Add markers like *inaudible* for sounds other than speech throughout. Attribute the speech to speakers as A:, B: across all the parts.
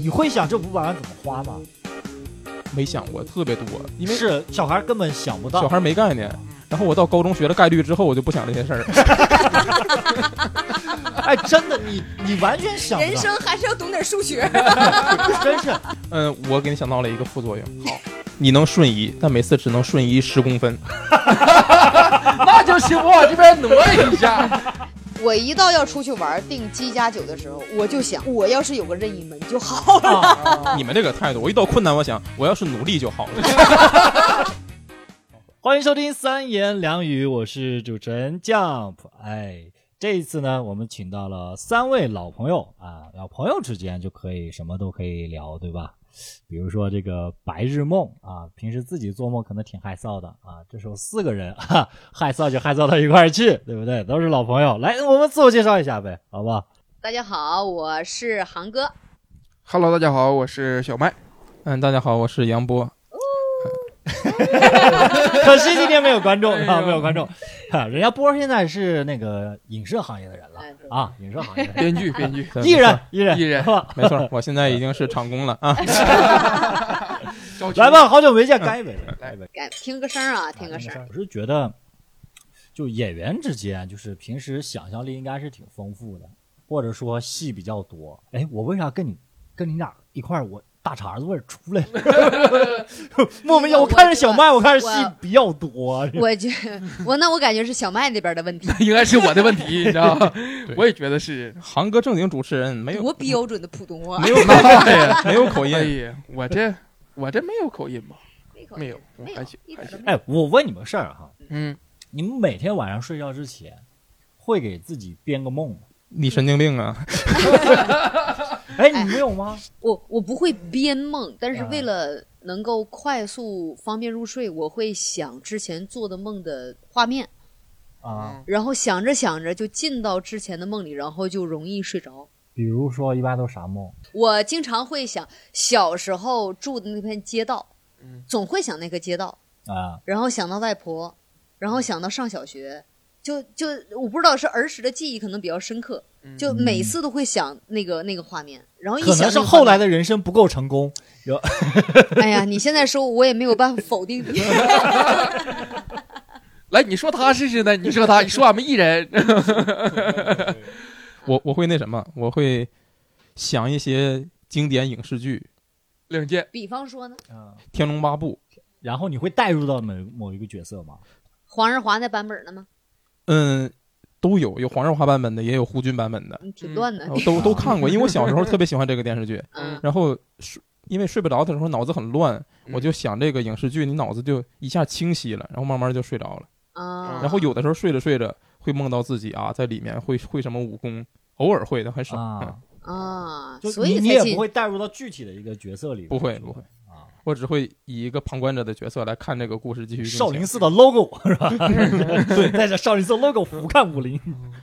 A: 你会想这五百万怎么花吗？
B: 没想过特别多，因为
A: 是小孩根本想不
B: 小
A: 到，
B: 孩没概念。然后我到高中学了概率之后，我就不想这些事儿。 *laughs*
A: 哎，真的，你你完全想
C: 人
A: 不
C: 生还是要懂点数学。
A: 到，真是
B: 嗯，我给你想到了一个副作用。好，你能瞬移，但每次只能瞬移十公分。
D: 那就行，我往这边挪一下。
C: *laughs* 我一到要出去玩订七加九的时候，我就想，我要是有个任意门就好了。
B: 你们这个态度，我遇到困难，我想我要是努力就好了。
A: *laughs* 欢迎收听三言两语，我是主持人 Jump。哎，这一次呢，我们请到了三位老朋友啊，老朋友之间就可以什么都可以聊，对吧？比如说这个白日梦啊，平时自己做梦可能挺害臊的啊，这时候四个人哈、害臊就害臊到一块儿去，对不对？都是老朋友，来，我们自我介绍一下呗，好不好？
C: 大家好，我是航哥。
D: Hello，大家好，我是小麦。
B: 嗯，大家好，我是杨波。
A: 可惜今天没有观众啊，
B: 哎呦
A: 没有观众啊，人家波儿现在是那个影视行业的人了
C: 哎对
A: 啊，影视行业的人。
D: 编 *laughs* 剧，编剧，
B: 对
A: *laughs* 艺人，艺人，
D: 艺人
A: 是吧？
B: 嗯没错，没错，我现在已经是厂工了
A: *laughs*
B: 啊。
A: 来，吧，好久没见，干一杯，干一杯，
C: 哎听个声儿啊，听
A: 干
C: 个声儿。。
A: 我是觉得，就演员之间，就是平时想象力应该是挺丰富的，或者说戏比较多。哎，我为啥跟你跟你俩一块儿，我大肠子味儿出来了？莫名其妙，我看着小麦，我看着戏比较多。
D: 哎
C: 我觉我那我感觉是小麦那边的问题，
D: 应该是我的问题，你知道吗？我也觉得是。
B: 航哥正经主持人，没有
C: 多标准的普通话
B: *laughs* 没。有口音，没有口
D: 哎
B: 音。
D: 呀，我这我这没有口音吧？没有，我
C: 没有
D: 还行，
C: 一点
D: 还
C: 都
D: 行。
C: 没有。
A: 哎，我问你们个事儿哈，
D: 嗯，
A: 你们每天晚上睡觉之前，会给自己编个梦吗？
B: 你神经病啊！
A: 哎，你没有吗？
C: 我我不会编梦，但是
A: 啊
C: 为了能够快速方便入睡，我会想之前做的梦的画面，
A: 啊，
C: 然后想着想着就进到之前的梦里，然后就容易睡着。
A: 比如说一般都啥梦？
C: 我经常会想小时候住的那片街道
D: 嗯，
C: 总会想那个街道，
A: 啊，
C: 然后想到外婆，然后想到上小学，就就我不知道是儿时的记忆可能比较深刻，
D: 嗯
C: 就每次都会想那个那个画面，然后一
A: 可
C: 想
A: 能是
C: 那个画
A: 后
C: 面
A: 来，的人生不够成功，
C: *laughs* 哎呀，你现在说我也没有办法否定你， *laughs*
D: 来，你说他试试呢？你说他，你说俺们艺 *laughs* 人，
B: 我我会那什么，我会想一些经典影视剧，
D: 两件
C: 比方说呢，
A: 啊，
B: 《天龙八部》。
A: 然后你会带入到某某一个角色吗？
C: 黄日华那版本的吗？
B: 嗯，都有，有黄日华版本的，也有胡军版本的，
C: 你
D: 嗯
C: 挺乱的，
A: 呃
D: 哦
B: 我都都看过。因为我小时候特别喜欢这个电
A: *laughs*
B: 视剧，
C: 嗯，
B: 然后睡，因为睡不着的时候脑子很乱，
D: 嗯
B: 我就想这个影视剧，你脑子就一下清晰了，然后慢慢就睡着了。
C: 啊，
B: 然后有的时候睡着睡着会梦到自己啊，在里面会会什么武功，偶尔会的很少。嗯
A: 啊，
C: 啊，
A: 就
C: 所
A: 你
C: 以
A: 你
C: 才
A: 也不
C: 进
A: 会带入到具体的一个角色里面，
B: 不会
A: 是
B: 不会
A: 啊。
B: 我只会以一个旁观者的角色来看这个故事继续进行。
A: 少林寺的 logo *laughs* 是吧？对，带着少林寺 logo 俯瞰武林。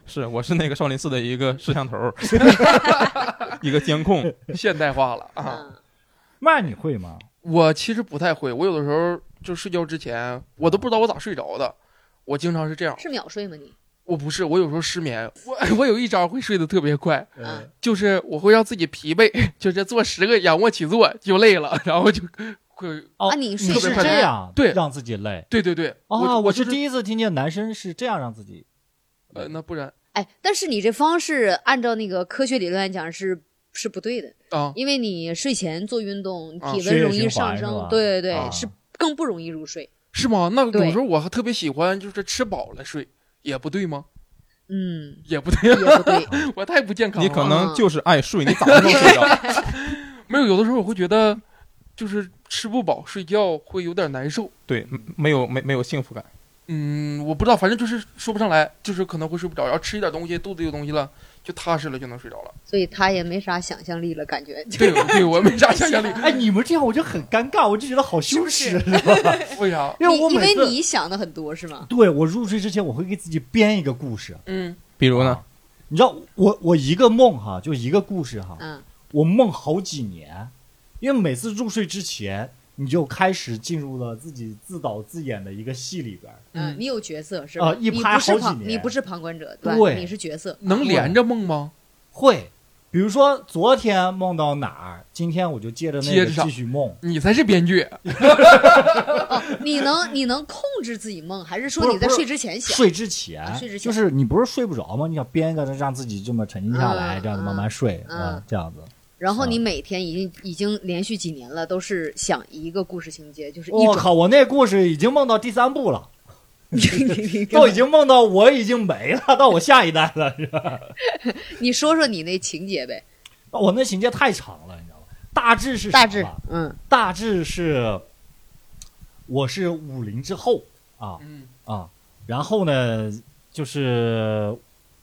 B: 是，我是那个少林寺的一个摄
A: *laughs*
B: 像头，一个监控。
D: 现代化了啊。
C: 嗯
A: 那你会吗？
D: 我其实不太会，我有的时候就睡觉之前，我都不知道我咋睡着的。我经常是这样，
C: 是秒睡吗你？
D: 我不是，我有时候失眠，我 *laughs* 我有一招会睡得特别快，
A: 呃
C: 嗯
D: 就是我会让自己疲惫， *laughs* 就是做十个仰卧起坐就累了， *laughs* 然后就会，
A: 哦
C: 啊，你
A: 你
C: 睡
D: 特
A: 是
C: 是
D: 别快
A: 这
C: 真
A: 样
D: 对
A: 让自己累
D: 对对对，
A: 啊！
D: 哦我
A: 我
D: 就是
A: 第一次听见男生是这样让自己
D: 呃，那不然
C: 哎，但是你这方式按照那个科学理论来讲是是不对的，
D: 啊，
C: 因为你睡前做运动，
D: 啊
C: 体
A: 血
C: 温
A: 液
C: 容
A: 循
C: 易上
A: 环是吧
C: 升，对对
D: 啊
C: 对，是更不容易入睡。
D: 是吗？那有
C: 对
D: 时候我还特别喜欢就是吃饱了睡，也不对吗？ *laughs*
C: 嗯，
D: 也不对，
C: 也不对，
D: *laughs*
C: *laughs*
D: 我太不健康了。
B: 你可能
A: 啊
B: 就是爱睡，你咋都能睡着。
D: 没有，有的时候我会觉得，就是吃不饱睡觉会有点难受。
B: 对，没有没没有幸福感。
D: 嗯，我不知道，反正就是说不上来，就是可能会睡不着，然后吃一点东西，肚子有东西了，就踏实了，就能睡着 *laughs* 了。
C: 所以他也没啥想象力了，感觉。
D: 对，对我没啥想象力，
A: *laughs* 哎，你们这样我就很尴尬，我就觉得好羞耻，是
C: *laughs*
A: 吧？
D: 为啥？
A: 因为我
C: 你因
A: 每
C: 为
A: 次
C: 你想的很多是吗？
A: 对我入睡之前，我会给自己编一个故事。
D: 嗯，
B: 比如呢？
A: 你知道，我我一个梦哈，就一个故事哈，
C: 嗯，
A: 我梦好几年，因为每次入睡之前，你就开始进入了自己自导自演的一个戏里边儿。
C: 嗯，你有角色是
A: 啊
C: 吧？
A: 一
C: 你不
A: 拍
C: 是
A: 好几
C: 旁
A: 年
C: 你不是旁观者，吧
A: 对
C: 你是角色。
D: 能连着梦吗？
A: 会，比如说昨天梦到哪儿，今天我就接着那
D: 接
A: 个
D: 着上
A: 继续梦。
D: 你才是编剧，
C: 哦，你能你能控制自己梦，还是
A: 不
C: 说
A: 是
C: 你在
A: 不是
C: 睡之前想？
A: 睡之前，
C: 啊睡之
A: 就
C: 前
A: 是你不是睡不着吗？你想编一个让自己这么沉浸下来，
C: 嗯
A: 这样子慢慢睡
C: 嗯
A: 啊、这样子。
C: 然后你
A: 啊
C: 每天已经已经连续几年了，都是想一个故事情节，就是一
A: 我
C: 种。
A: 靠，我那故事已经梦到第三部了，都已经梦到我已经没了，到我下一代了。 *laughs* 是吧
C: 你说说你那情节呗，
A: 哦我那情节太长了，你知道吗？大致是
C: 大
A: 啥
C: 致
A: 吧，
C: 嗯
A: 大致是，我是武林之后啊
D: 嗯，
A: 啊，然后呢，就是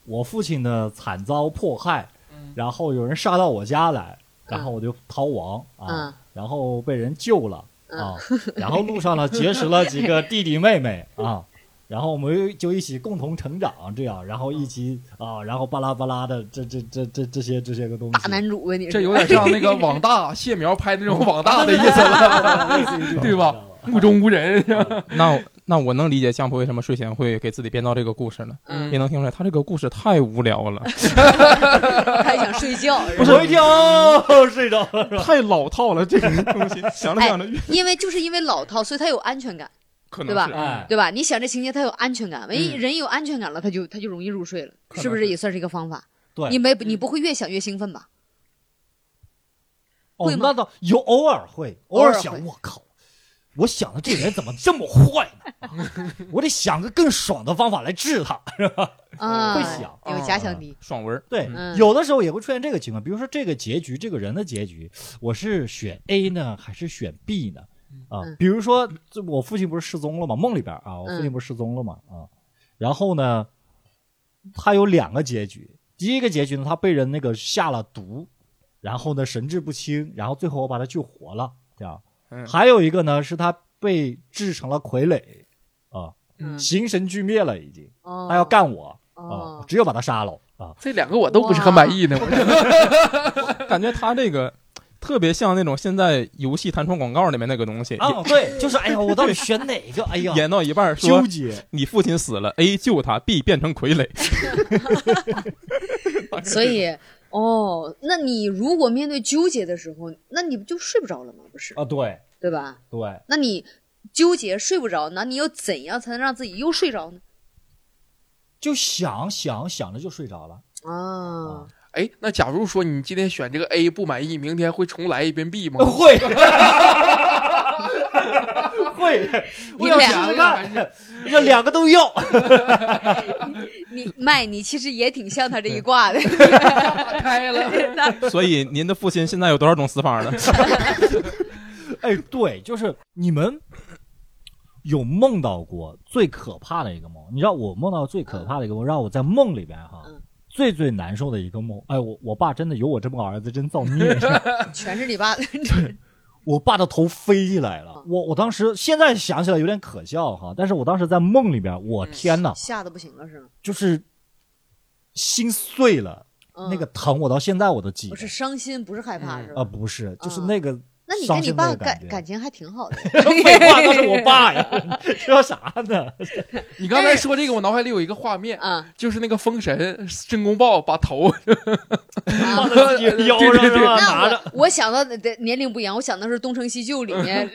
A: 我父亲呢惨遭迫害，
D: 嗯
A: 然后有人杀到我家来，然后我就逃亡啊，
C: 嗯
A: 然后被人救了啊
C: 嗯，
A: 然后路上呢结识了几
C: *laughs*
A: 个弟弟妹妹啊。然后我们就一起共同成长，这样，然后一起啊，然后巴拉巴拉的，这这这这这些这些个东西，
C: 大男主呗，你是
D: 这有点像那个网大谢苗拍那种网大的意思 *laughs* 了，对吧？目中无人，
B: 啊那那我能理解江普为什么睡前会给自己编造这个故事了。
C: 嗯
B: 也能听出来，他这个故事太无聊了，
C: 他想睡觉，是吧
A: 不是我一听
B: *laughs*
A: 哦睡着了是吧？
B: 太老套了。这个东西想着想着，
C: 因为就是因为老套，所以他有安全感，
B: 哎可
C: 对
B: 能
C: 吧
B: 是
A: 哎，
C: 对吧？你想这情节，他有安全感，万一
D: 嗯
C: 人有安全感了，他就他就容易入睡了，
B: 可能
C: 是不
B: 是
C: 是也算是一个方法？
A: 对
C: 你没你不会越想越兴奋吧？
A: 哦
C: 会，吗
A: 那倒有偶尔会，
C: 偶
A: 偶尔
C: 尔
A: 想
C: 会，
A: 我靠，我想的这人怎么这么坏呢？ *laughs* 啊我得想个更爽的方法来治他。 *laughs*
C: 啊，
A: 会想
C: 有假想敌，
B: 爽文儿。
A: 对，
C: 嗯
A: 有的时候也会出现这个情况，比如说这个结局，这个人的结局，我是选 A 呢，还是选 B 呢？啊，
C: 嗯
A: 比如说这我父亲不是失踪了吗？梦里边啊，我父亲
C: 嗯
A: 不是失踪了吗？啊，然后呢，他有两个结局，第一个结局呢，他被人那个下了毒，然后呢神志不清，然后最后我把他救活了，这样。
B: 嗯
A: 还有一个呢，是他被制成了傀儡，啊，
C: 嗯
A: 形神俱灭了已经，
C: 哦
A: 他要干我啊，我
C: 哦，
A: 只有把他杀了啊。
D: 这两个我都不是很满意呢。我
B: 感觉他这个特别像那种现在游戏弹窗广告里面那个东西，
A: *laughs* 啊，对，就是哎呀，我到底选哪个？哎呀，
B: 演演到一半儿
A: 纠
B: 说
A: 结。
B: 你父亲死了，A 救他，B 变成傀儡。
C: 所以。哦，那你如果面对纠结的时候，那你不就睡不着了吗？不是，
A: 啊，对
C: 对吧？
A: 对，
C: 那你纠结睡不着，那你又怎样才能让自己又睡着呢？
A: 就想想想着就睡着了。
C: 啊，
D: 哎，那假如说你今天选这个 A 不满意，明天会重来一遍 B 吗？
A: *laughs* 会，会，我要
C: 你俩
A: 试试看，要两个都要。
C: 你麦，你其实也挺像他这一卦的，
D: 开了，
B: 所以您的父亲现在有多少种死法呢？
A: *laughs*
B: *laughs*
A: 哎，对，就是你们有梦到过最可怕的一个梦？你知道我梦到最可怕的一个梦，让我在梦里边哈。
C: 嗯
A: 最最难受的一个梦，哎，我我爸真的有我这么个儿子，真造孽！
C: *laughs* 全是你爸 *laughs* 的。
A: 我爸的头飞起来
C: 嗯
A: 了，我我当时现在想起来有点可笑哈，但是我当时在梦里边，我天呐，
C: 吓得不行了是吗？
A: 就是心碎了，
C: 嗯、
A: 那个疼我到现在我都记
C: 不
A: 得
C: 是伤心，不是害怕、
D: 嗯
C: 是
A: 啊，
C: 吧？
A: 不是，就是
C: 嗯
A: 那个 *laughs*
C: 那你
A: 伤
C: 跟你
A: 心
C: 爸
A: 那个
C: 感
A: 感觉
C: 感情还挺好的， *laughs*
A: 废话，那是我爸呀， *laughs* 说啥呢？
D: *laughs*
C: 嗯
D: 你刚才说这个，我脑海里有一个画
C: *laughs*
D: 面，
C: 啊
D: 就是那个封神申公豹把头，
A: 放
C: 啊！
A: 在自己腰
D: 对
A: 上
D: 对
A: 是吧？拿
C: 那
A: 着，
C: 我我想到的的年龄不一样，我想到是《东成西就》里面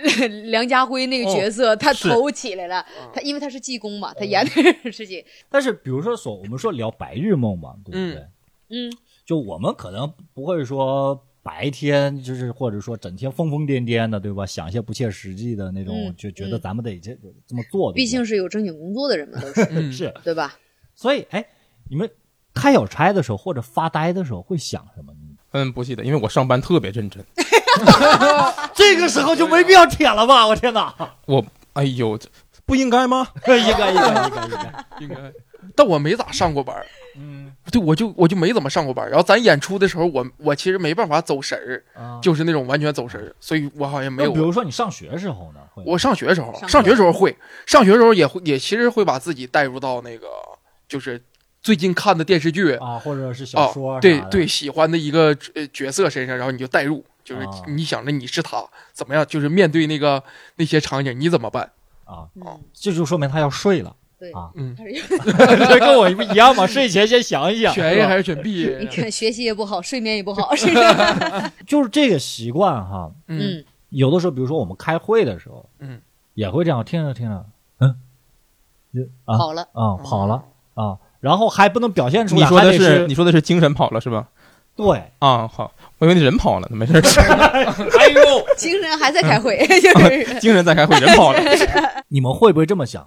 A: *laughs*
C: 梁家辉那个角色，
A: 哦
C: 他
B: 是
C: 头起来了
D: 嗯，
C: 他因为他是济公嘛，他演的是济，
A: 但是比如说所我们说聊白日梦嘛，对不对？
C: 嗯
A: 就我们可能不会说白天就是或者说整天疯疯癫癫的，对吧？想一些不切实际的那种，
C: 嗯
A: 就觉得
C: 嗯
A: 咱们得这这么做，对
C: 毕
A: 不
C: 竟
A: 对
C: 是有正经工作的人嘛，都是
D: 嗯，
A: 是，
C: 对吧？
A: 所以哎，你们开小差的时候或者发呆的时候会想什么？你
B: 嗯，不记得，因为我上班特别认真。
A: 啊这个时候就没必要舔了吧？我天哪！
B: 我哎呦，这不应该吗？
A: *laughs* 应该应该 *laughs* 应该应该，
D: 应该。 *laughs* 但我没咋上过班儿，
A: 嗯
D: 对，我就我就没怎么上过班儿。然后咱演出的时候，我我其实没办法走神儿，
A: 啊。
D: 就是那种完全走神儿，所以我好像没
A: 那比
D: 有。
A: 如说你上学时候呢，会
D: 我上学的时候，
C: 上
D: 上学的时候会，上学的时候也会也其实会把自己带入到那个就是最近看的电视剧哦
A: 啊，或者是小说、
D: 哦，对对，，喜欢的一个呃角色身上，然后你就代入，就是
A: 啊
D: 你想着你是他怎么样，就是面对那个那些场景你怎么办？
A: 啊，
C: 嗯，
A: 这就说明他要睡了， *laughs*
C: 对
A: 啊，
D: 嗯，
C: 他是
A: 这跟我不一样吗？睡前先想一想，
D: 选 A
A: 是吧
D: 还是选 B？
C: 你看学习也不好，睡眠也不
A: *laughs*
C: 好，是
A: 就是这个习惯哈，
D: 嗯
C: 嗯，
A: 有的时候，比如说我们开会的时候，
D: 嗯，
A: 也会这样，听着听着，嗯，就啊
C: 好了，
A: 啊跑了啊，然后还不能表现出
B: 你
A: 来，
B: 说的
A: 还得是
B: 你说的是精神跑了是吧？ *laughs*
A: 对，
B: 啊，好，我以为你人跑了，
A: *laughs*
B: 没事儿，
A: 哎呦，
C: 精神还在开会， *laughs* 就是
B: 精神在开会，人
C: *laughs*
B: 跑了。
A: 你们会不会这么想？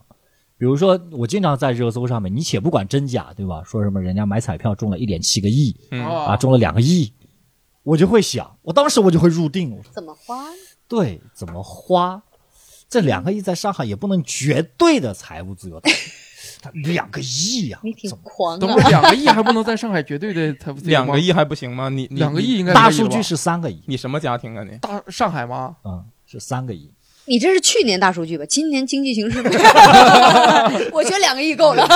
A: 比如说，我经常在热搜上面，你且不管真假，对吧？说什么人家买彩票中了一点七个亿
C: 哦
B: 嗯，
A: 啊，
D: 啊，
A: 中了两个亿，我就会想，我当时我就会入定，我说
C: 怎么花呢？
A: 对，怎么花？这两个亿在上海也不能绝对的财务自由，他两个亿呀、
C: 你挺
A: 怎么
C: 狂
D: 等
C: 啊
D: 会！儿两个亿还不能在上海绝对的，他
B: 两个，亿还不行吗？你你
D: 两个亿，应该
A: 大
D: 可以了
A: 数
D: 吧
A: 据是三个亿，
B: 你什么家庭啊你？
D: 大上
C: *laughs*
D: 海吗？
A: 嗯，是三个亿。
C: 你这是去年大数据吧？今年经济形势不， *laughs* 我觉得两个亿 *laughs* 够了。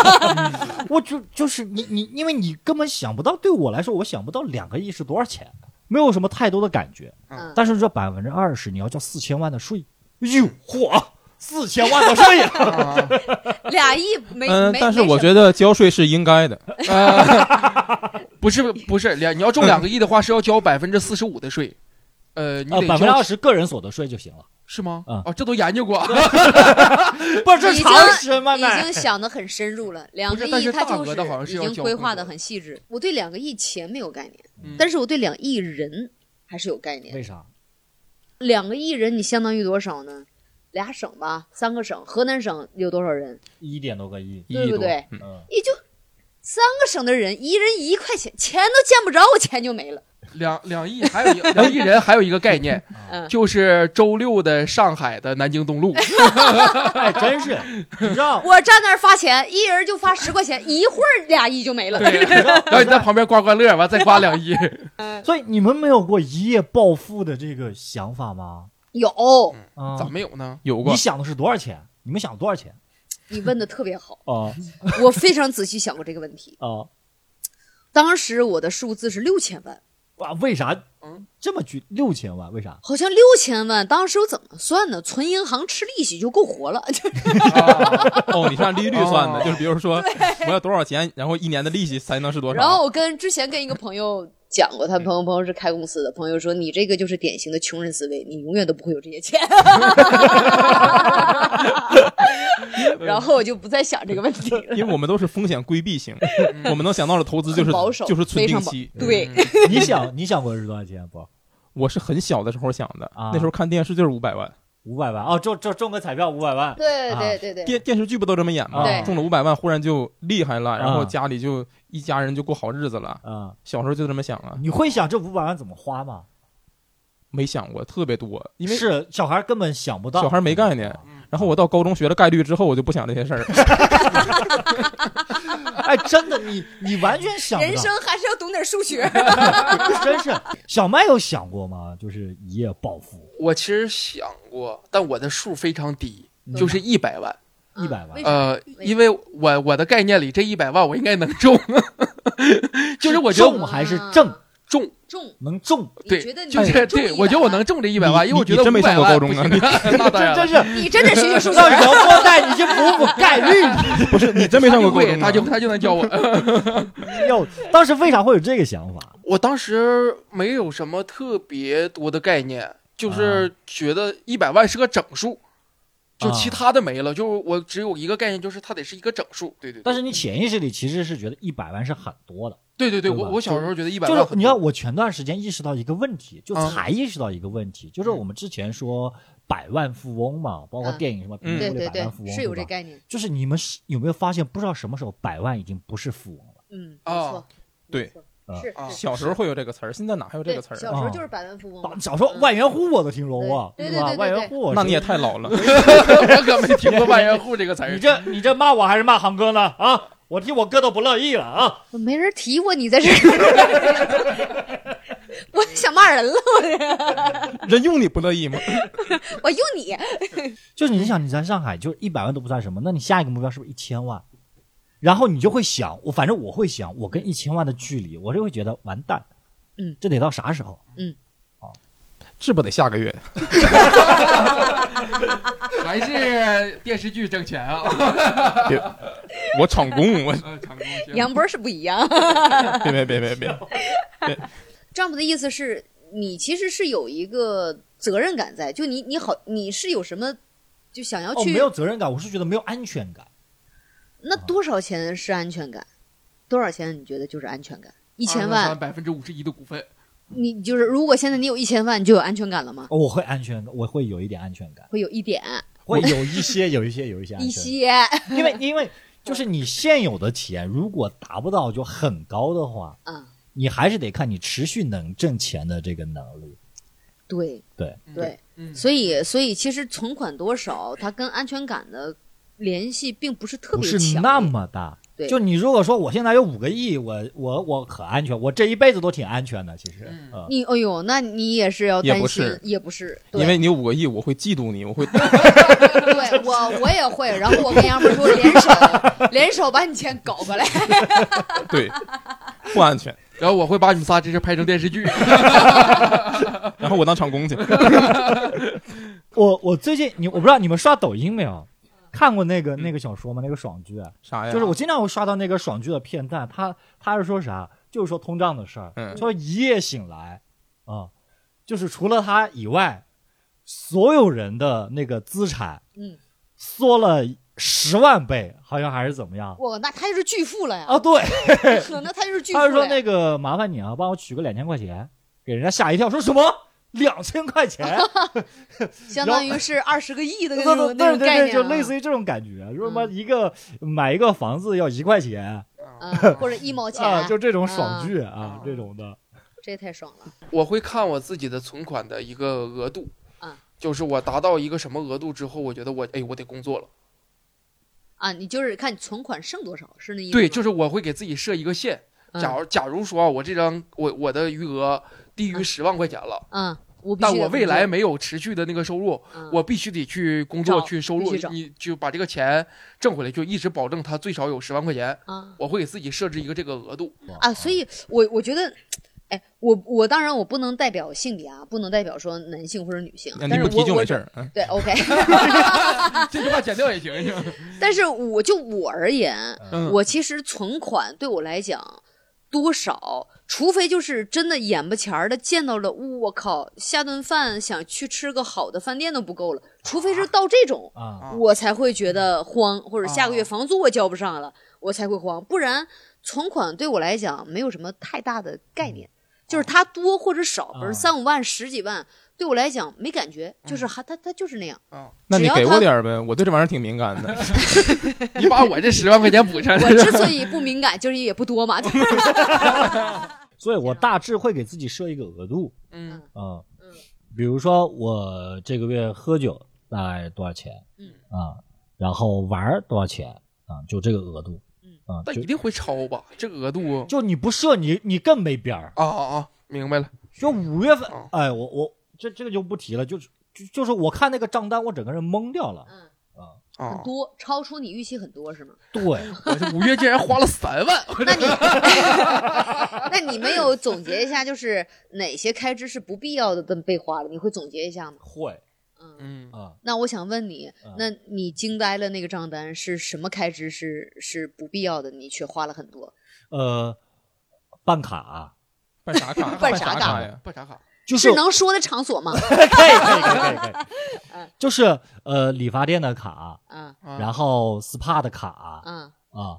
A: 我就就是你你，因为你根本想不到，对我来说，我想不到两个亿是多少钱，没有什么太多的感觉。
C: 嗯
A: 但是这百分之二十，你要交四千万的税，哟嚯，四千万的税 *laughs* 呀！
D: 啊，
C: 俩亿没
B: 嗯，
C: 没，
B: 但是
C: 没
B: 我
C: 什
B: 觉
C: 么
B: 得交税是应该的。
D: *laughs* 呃不是不是，两你要中两个亿的话是要交百分之四十五的税，呃，你
A: 呃，
D: 得
A: 百分之
D: 交
A: 二十个人所得税就行了。
D: 是吗？
A: 啊
D: 啊，这都研究过， *laughs*
A: 不是，这
C: 已
A: 是
C: 经
A: 常识嘛，
C: 已
A: 奶
C: 经想得很深入了，两个
D: 但
C: 亿
D: 是
C: 它
D: 大
C: 就
D: 额的好像是
C: 已
D: 要
C: 经
D: 交
C: 规
D: 更
C: 划
D: 多
C: 的很细致。我对两个亿钱没有概念，
D: 嗯
C: 但是我对两亿人还是有概念。
A: 为啥？
C: 两个亿人，你相当于多少呢？俩省吧，三个省，河南省有多少人？
A: 一点多个亿，
B: 一
C: 对
B: 亿
C: 不
B: 多，
C: 对
B: 嗯
A: 嗯，
C: 也就三个省的人，一人一块钱，钱都见不着，我钱就没了。
D: 两两亿还有一两亿人还有一个概念，
C: 嗯，
D: 就是周六的上海的南京东路，
A: 哎，真是，你知道，
C: 我站那儿发钱，一人就发十块钱，一会儿俩亿就没了。
D: 对，然后你在旁边刮刮乐，完再刮两亿，
C: 嗯
A: 所以你们没有过一夜暴富的这个想法吗？
C: 有，
A: *laughs* 啊
D: 咋没有
A: *laughs*
D: 呢？
B: 有过
A: 你。想的是多少钱？你们想多少钱？
C: 你问的特别好，
A: 哦
C: 我非常仔细想过这个问题。
A: 哦，
C: 当时我的数字是六千万，
A: 哇，啊为啥
D: 嗯
A: 这么巨六千万？为啥？
C: 好像六千万，当时我怎么算呢？存银行吃利息就够活了，就是
D: 啊
B: 哦，你是按利率算的，
D: 哦
B: 就是比如说我要多少钱，然后一年的利息才能是多少？
C: 然后我跟之前跟一个朋友讲过，他朋友朋友是开公司的，朋友说你这个就是典型的穷人思维，你永远都不会有这些钱。然后我就不再想这个问题了，
B: 因为我们都是风险规避
C: *laughs*
B: 型，
D: 嗯
B: 我们能想到的投资就是
C: 很保守，
B: 就是存
C: 非
B: 定
C: 常保
B: 期。
C: 对，
A: *laughs* 你想你想过是多少钱不？
B: 我是很小的时候想的，
A: 啊
B: 那时候看电视就是五百万，
A: 五百万哦，中中中个彩票五百万，
C: 对
A: 啊
C: 对对对
B: 电电视剧不都这么演吗？
A: 对
B: 中了五百万，忽然就厉害了，然后
A: 啊
B: 家里就一家人就过好日子了。
A: 啊、
B: 小时候就这么想啊，
A: 你会想这五百万怎么花吗？
B: 没想过特别多，因为
A: 是小孩根本想不到，
B: 小孩没概念。
D: 嗯
B: 然后我到高中学了概率之后，我就不想这些事儿了。 *laughs*
A: 哎，真的，你你完全想不
C: 人
A: 到，
C: 生啊还是要懂点数学。
A: 真是。小麦有想过吗？就是一夜暴富，
D: 我其实想过，但我的数非常低，
A: 嗯
D: 就是一百万。
A: 一百万
C: 啊为啥
D: 呃，
C: 为啥
D: 因为我我的概念里这一百万我应该能中， *laughs* 就是我觉得
A: 中还是挣，
D: 中，
C: 啊重，
A: 能中，
D: 对
C: 你觉得你
D: 就是
C: 能中
D: 对，
C: 100
D: 我觉得我
C: 万
D: 能中这一百万，
B: 你
D: 因为我
B: 你
D: 觉得
B: 真没
D: 500
B: 上过
D: 万
B: 高中啊
D: 不行那
B: *laughs*
D: 当然
A: 真
D: 了，
A: 是
C: 你真得学学数
A: *laughs*
C: 学
A: 让。姚波带你去补补概率。 *laughs*
B: 不是你真没
D: 他
B: 上
D: 就
B: 过高
D: 会，
B: 中
D: 他
B: 啊，
D: 就他就能教我。
B: *laughs*
A: 哟，当时为啥会有这个想法？
D: 我当时没有什么特别多的概念，
B: 啊
D: 就是觉得一百万是个整数，就其他的没了。就是我只有一个概念，就是它得是一个整数。对对对。
A: 但是你潜意识里其实是觉得一百万是很多的，
D: 对对对，
A: 对吧
D: 我我小时候觉得一百
A: 就
D: 万
A: 是
D: 很
A: 你
D: 多
A: 看，我前段时间意识到一个问题，就
D: 嗯
A: 才意识到一个问题，就是我们之前说百万富翁嘛，包括
C: 嗯
A: 电影什么《贫
B: 嗯
C: 对
A: 富
C: 对
A: 的百
C: 对
A: 万富翁》，
C: 是有这
A: 对吧
C: 概念，
A: 就是你们是有没有发现，不知道什么时候百万已经不是富翁了？
C: 嗯，没
D: 啊
C: 错，
B: 对
C: 没错，是
D: 啊
C: 是
B: 小时候会有这个词儿，现在哪还有这
C: 对
B: 个词
C: 小
B: 儿？
C: 时候
A: 啊
C: 就是百万富翁嘛
A: 啊，小时候万元户我都听说过，
C: 嗯对
A: 是吧
C: 对对对对
A: 万元户，
B: 那你也太老了。
D: *laughs* 我可没听过万元户这个词
A: 你
D: 儿。
A: 这你这骂我还是骂航哥呢？啊，我替我哥都不乐意了啊！
C: 我没人提过你在这儿， *laughs* 我想骂人了，
B: 人用你不乐意吗？
C: 我用你，
A: 就是你想你在上海，就是一百万都不算什么，那你下一个目标是不是一千万？然后你就会想，我反正我会想，我跟一千万的距离，我就会觉得完蛋，
C: 嗯，
A: 这得到啥时候？
B: *laughs* 这不得下个月？
D: 还是电视剧挣钱啊？
B: 我厂工， *laughs* 我
D: 呃成功行
C: 杨波是不一样。
B: 别别别别别，
C: Jump 的意思是你其实是有一个责任感在，就你你好你是有什么就想要
A: 哦，没
C: 去、
A: 有责任感，我是觉得没有安全感。
C: 那
A: 啊
C: 多少钱是安全感？多少钱你觉得就是安全感？一
D: 一
C: 千万，
D: 百分之五十一的股份，
C: 你就是如果现在你有一千万，你就有安全感了吗？
A: 哦，我会安全，我会有一点安全感，
C: 会有一点
A: 会有一些，有一些，有一些安
C: 一
A: 全
C: 些，
A: 感，因为因为就是你现有的钱，如果达不到就很高的话，
C: 嗯，
A: 你还是得看你持续能挣钱的这个能力。
C: 对
A: 对，
D: 嗯
C: 对，，
D: 嗯，
C: 所以所以其实存款多少，它跟安全感的联系并不是特
A: 不
C: 别
A: 是
C: 强烈，
A: 那么大。
C: 对
A: 就你如果说我现在有五个亿，我我我可安全，我这一辈子都挺安全的。其实，
D: 嗯
A: 嗯
C: 你哎呦，那你也是要
B: 也
C: 担
B: 不
C: 心
B: 是，
C: 也不是，对
B: 因为你有五个亿，我会嫉妒你，我会
C: 对我我也会，然后我跟杨波说联手联手把你钱搞过来，
B: 对不安全，
D: 然后我会把你们仨这事拍成电视剧。
B: 然后我当厂工去。
A: 我我最近你我不知道你们刷抖音没有，看过那个那个小说吗？那个爽剧，
B: 嗯
A: 啊
B: 哎啥呀？
A: 就是我经常会刷到那个爽剧的片段，他他是说啥？就是说通胀的事儿，
B: 嗯
A: 说一夜醒来，啊、就是除了他以外，所有人的那个资产
C: 嗯，
A: 缩了十万倍，好像还是怎么样？
C: 哇，那他就是巨富了呀，
A: 啊，对，
C: *laughs* 那他就是巨富
A: 他
C: 了
A: 是
C: 呀。
A: 说那个麻烦你啊，帮我取个两千块钱，给人家吓一跳，说什么两千块钱？
C: 相当于是二十个亿的
A: 对
C: *laughs* 那
A: 对对
C: 种那
A: 对
C: 种概
A: 对，
C: 念啊，
A: 就类似于这种感觉，说什么一个买一个房子要一块钱
C: 嗯，或 *laughs* 者一毛钱，嗯
A: 啊，就这种爽剧啊，这种的。
C: 这也太爽了。
D: 我会看我自己的存款的一个额度
C: 啊，
D: 就是我达到一个什么额度之后，我觉得我哎，我得工作了。
C: 啊，你就是看你存款剩多少，是那意思吗？
D: 对，就是我会给自己设一个线。
C: 嗯
D: 假如假如说啊我这张我我的余额低于
C: 嗯
D: 十万块钱了，
C: 嗯，我必须
D: 但
C: 得
D: 我未来
C: 工
D: 没有持续的那个收入，
C: 作，嗯
D: 我必须得去工作
C: 找
D: 去收入
C: 必须找，
D: 你就把这个钱挣回来，就一直保证它最少有十万块钱。
C: 啊
D: 我会给自己设置一个这个
C: *laughs*
D: 额度，
C: 啊，所以我我觉得，哎，我我当然我不能代表性别啊，不能代表说男性或者女性啊，
B: 那
C: 但
B: 你
C: 是
B: 不提
C: 我
B: 就
C: 我
B: 没事儿。嗯
C: 对 OK，
D: 这句话剪掉也行。 *laughs* 行
C: 但是我就我而言，
D: 嗯
C: 我其实存款对我来讲多少，除非就是真的眼巴前儿的见到了，我靠，下顿饭想去吃个好的饭店都不够了，除非是到这种，
A: 啊，
D: 啊
C: 我才会觉得慌，或者下个月房租我交不上了，我才会慌。不然，存款对我来讲没有什么太大的概
D: 嗯
C: 念，就是它多或者少，
A: 啊
C: 或者三五万、十几万，对我来讲没感觉，
D: 嗯
C: 就是还它它就是
D: *laughs*
C: 那样。
D: 啊，
B: 那你
C: 只要
B: 给
C: 他
B: 我点儿呗，我对这玩意儿挺敏感的。
D: 你把我这十万块钱补上
C: 我。之所以不敏感，就是也不多嘛。
A: 所以我大致会给自己设一个额度，
D: 嗯
A: 嗯
C: 嗯
A: 比如说我这个月喝酒大概多少钱，
C: 嗯
A: 啊，然后玩儿多少钱啊，就这个额度，
C: 嗯
A: 啊，
D: 但
A: 就
D: 一定会超吧？这个额度
A: 就你不设你你更没边儿，
D: 啊啊啊！明白了，
A: 就五月份
D: 哦，
A: 哎，我我这这个就不提了，就是就就是我看那个账单，我整个人懵掉了
C: 嗯，
A: 啊。
D: 啊
C: 很，多，超出你预期很
A: *laughs*
C: 多是吗？
A: 对，
C: 嗯
D: 我这五月竟然花了三 *laughs* 万，
C: 那你， *laughs* 那你没有总结一下，就是哪些开支是不必要的的被花了？你会总结一下吗？
A: 会
C: 嗯。
D: 嗯，
A: 啊，
C: 那我想问你
A: 嗯，
C: 那你惊呆了那个账单是什么开支是是不必要的，你却花了很多？
A: 呃，办卡
B: 办啥
C: *laughs*
B: 卡？
C: 办
B: 啥
C: 啥卡
B: 呀？
D: 办 *laughs* 啥卡？
A: 就是
C: 是能说的场所吗？
A: 可以可以可以可以
C: 嗯，
A: 就是呃理发店的卡，
C: 啊
D: 啊
A: 然后 SPA 的卡啊，
C: 啊，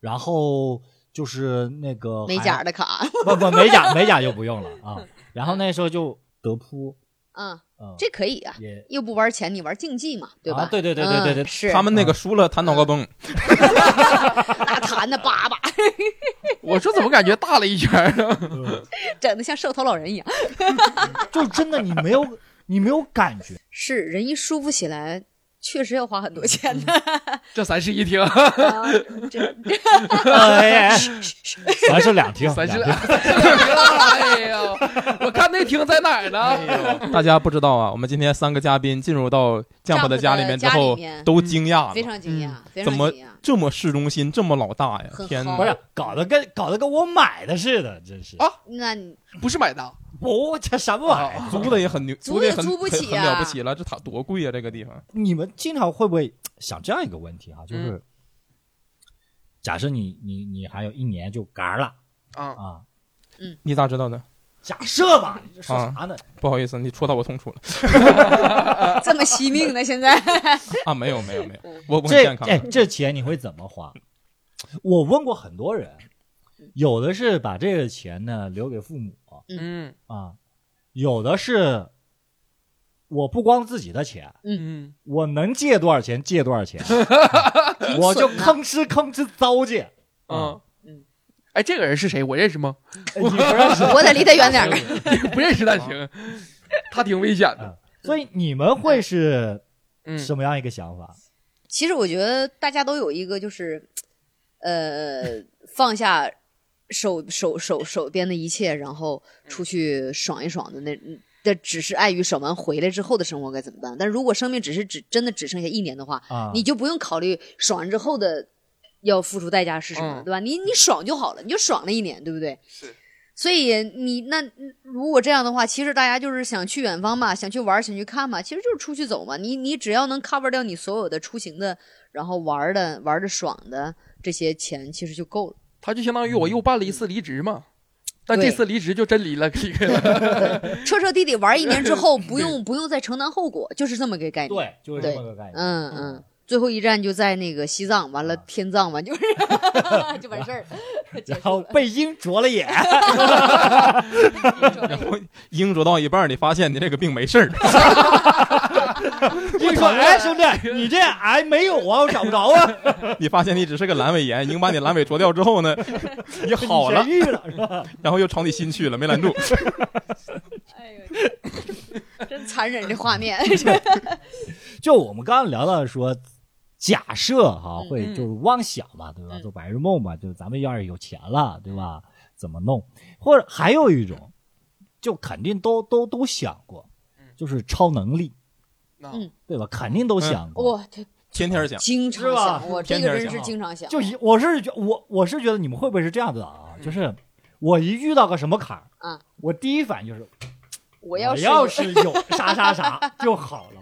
A: 然后就是那个
C: 美
A: 还
C: 甲的卡
A: 不不美甲美甲就不用了啊，然后那时候就德扑，
C: 啊，
A: 嗯，
C: 这可以啊，
A: 也
C: 又不玩钱，你玩竞技嘛，对吧？
A: 啊对对对对对对
C: 嗯是
B: 他们那个输了弹脑瓜崩，
C: 那弹的叭叭，
D: 我说怎么感觉大了一圈儿呢？
C: *laughs* 整的像寿桃老人一样。
A: 就真的你没有你没有感
C: *laughs*
A: 觉，
C: 是人一舒服起来，确实要花很多钱的。
D: *laughs* 这三室一 *laughs* 厅，
C: 啊这
B: *laughs*
A: 哎，咱是两厅，
D: 三室，
A: 两厅
D: 哎呀，我看那厅在哪
B: *laughs*
D: 儿呢？
C: 哎
B: 大家不知道啊。我们今天三个嘉宾进入到 Jump 的家里面之
C: 家里
B: 后
C: 面，嗯
B: 都惊讶
C: 非
B: 了，
C: 常惊讶，非
B: 嗯怎
C: 常
B: 么
C: 惊讶。啊
B: 这么市中心，这么老大呀
C: 很！
B: 天
C: 好
A: 不
B: 哪！哦
A: 是搞得跟搞得跟我买的似的，真是
D: 啊
C: 那你
D: 不是买的，
A: 我这什么玩意儿？
B: 租的也很牛，的
C: 租的
B: 也很
C: 租不起
B: 很
C: 啊
B: 很了不起了，这塔多贵呀、这个地方
A: 你们经常会不会想这样一个问题哈、
B: 嗯
A: 就是假设你你你还有一年就嘎儿了
D: 啊，
A: 啊，
B: 你咋知道的？
A: 假设吧，你说
B: 啊
A: 啥呢？
B: 不好意思，你戳到我痛处
C: *laughs*
B: 了
C: 这么惜命呢？现在 *laughs*
B: 啊！没有没有没有，我我很
A: 这
B: 健康
A: 哎
B: 的，
A: 这钱你会怎么花？我问过很多人，有的是把这个钱呢留给父母
D: 嗯
A: 啊，有的是我不光自己的钱，
D: 嗯，
A: 我能借多少钱借多少 *laughs* 钱，我就吭哧吭哧糟践。
D: 啊，
C: 嗯
D: 嗯，哎，这个人是谁？我认识 *laughs* 吗？
A: 哎 *laughs* 你不认识，
C: 我得离他远点儿。
B: *laughs*
D: 不认识那行，他挺危险
A: 啊
D: 的。
A: *laughs* 所以你们会是
D: 嗯，
A: 什么样一个想法？
C: 其实我觉得大家都有一个就是，呃，放下手手手手边的一切，然后出去爽一爽的那。这只是碍于爽完回来之后的生活该怎么办？但如果生命只是只真的只剩下一年的话，
A: 啊，
C: 你就不用考虑爽完之后的要付出代价是什么，
D: 嗯
C: 对吧？你你爽就好了，你就爽了一年，对不对？
D: 是。
C: 所以你那如果这样的话，其实大家就是想去远方嘛，想去玩儿，想去看嘛，其实就是出去走嘛。你你只要能 cover 掉你所有的出行的，然后玩儿的玩的爽的这些钱，其实就够了。
D: 他就相当于我又办了一次离职嘛，但
C: 对
D: 这次离职就真离了，离开了。
C: 彻彻底底玩一年之后，不用不用再承担后果，就是这么个概念。
A: 对，就是这么个概念。
C: 嗯嗯，最后一站就在那个西藏，完了天葬完就是 *laughs* 就完事儿，结
A: 然
C: 束
A: 后
C: 了。
A: 被鹰啄了 *laughs* 眼，
B: 然后鹰啄到一半儿，你发现你这个病没事儿，
A: 鹰说：“哎，兄弟，你这癌没有啊，我找不着 *laughs* 啊，
B: 你发现你只是个阑尾炎，鹰把你阑尾啄掉之
C: *laughs*
B: 后呢，你好了
A: 痊，愈了是吧？
B: 然后又朝你心去了，没拦住。 *laughs*
A: *laughs*
C: 哎呦，真 *laughs* 残忍这画面。
A: 就我们刚刚聊到说，假设哈、
C: 嗯
A: 会就是妄想嘛，对吧？
C: 嗯
A: 做白日梦嘛，就咱们要是有钱了，对吧？怎么弄？或者还有一种，就肯定都都都想过
D: 嗯，
A: 就是超能力，
D: 那
C: 嗯
A: 对吧？肯定都想过。
C: 我他
B: 天天想，
C: 经常
A: 是吧
C: 想，我这
B: 天
C: 个
B: 天
C: 人是
B: 想
C: 经常想，
A: 就一，我是觉我我是觉得你们会不会是这样子的啊？就是我一遇到个什么坎儿，
C: 啊，
A: 我第一反应就是
C: 我要
A: 是
C: 是
A: 要是有啥啥啥就好了。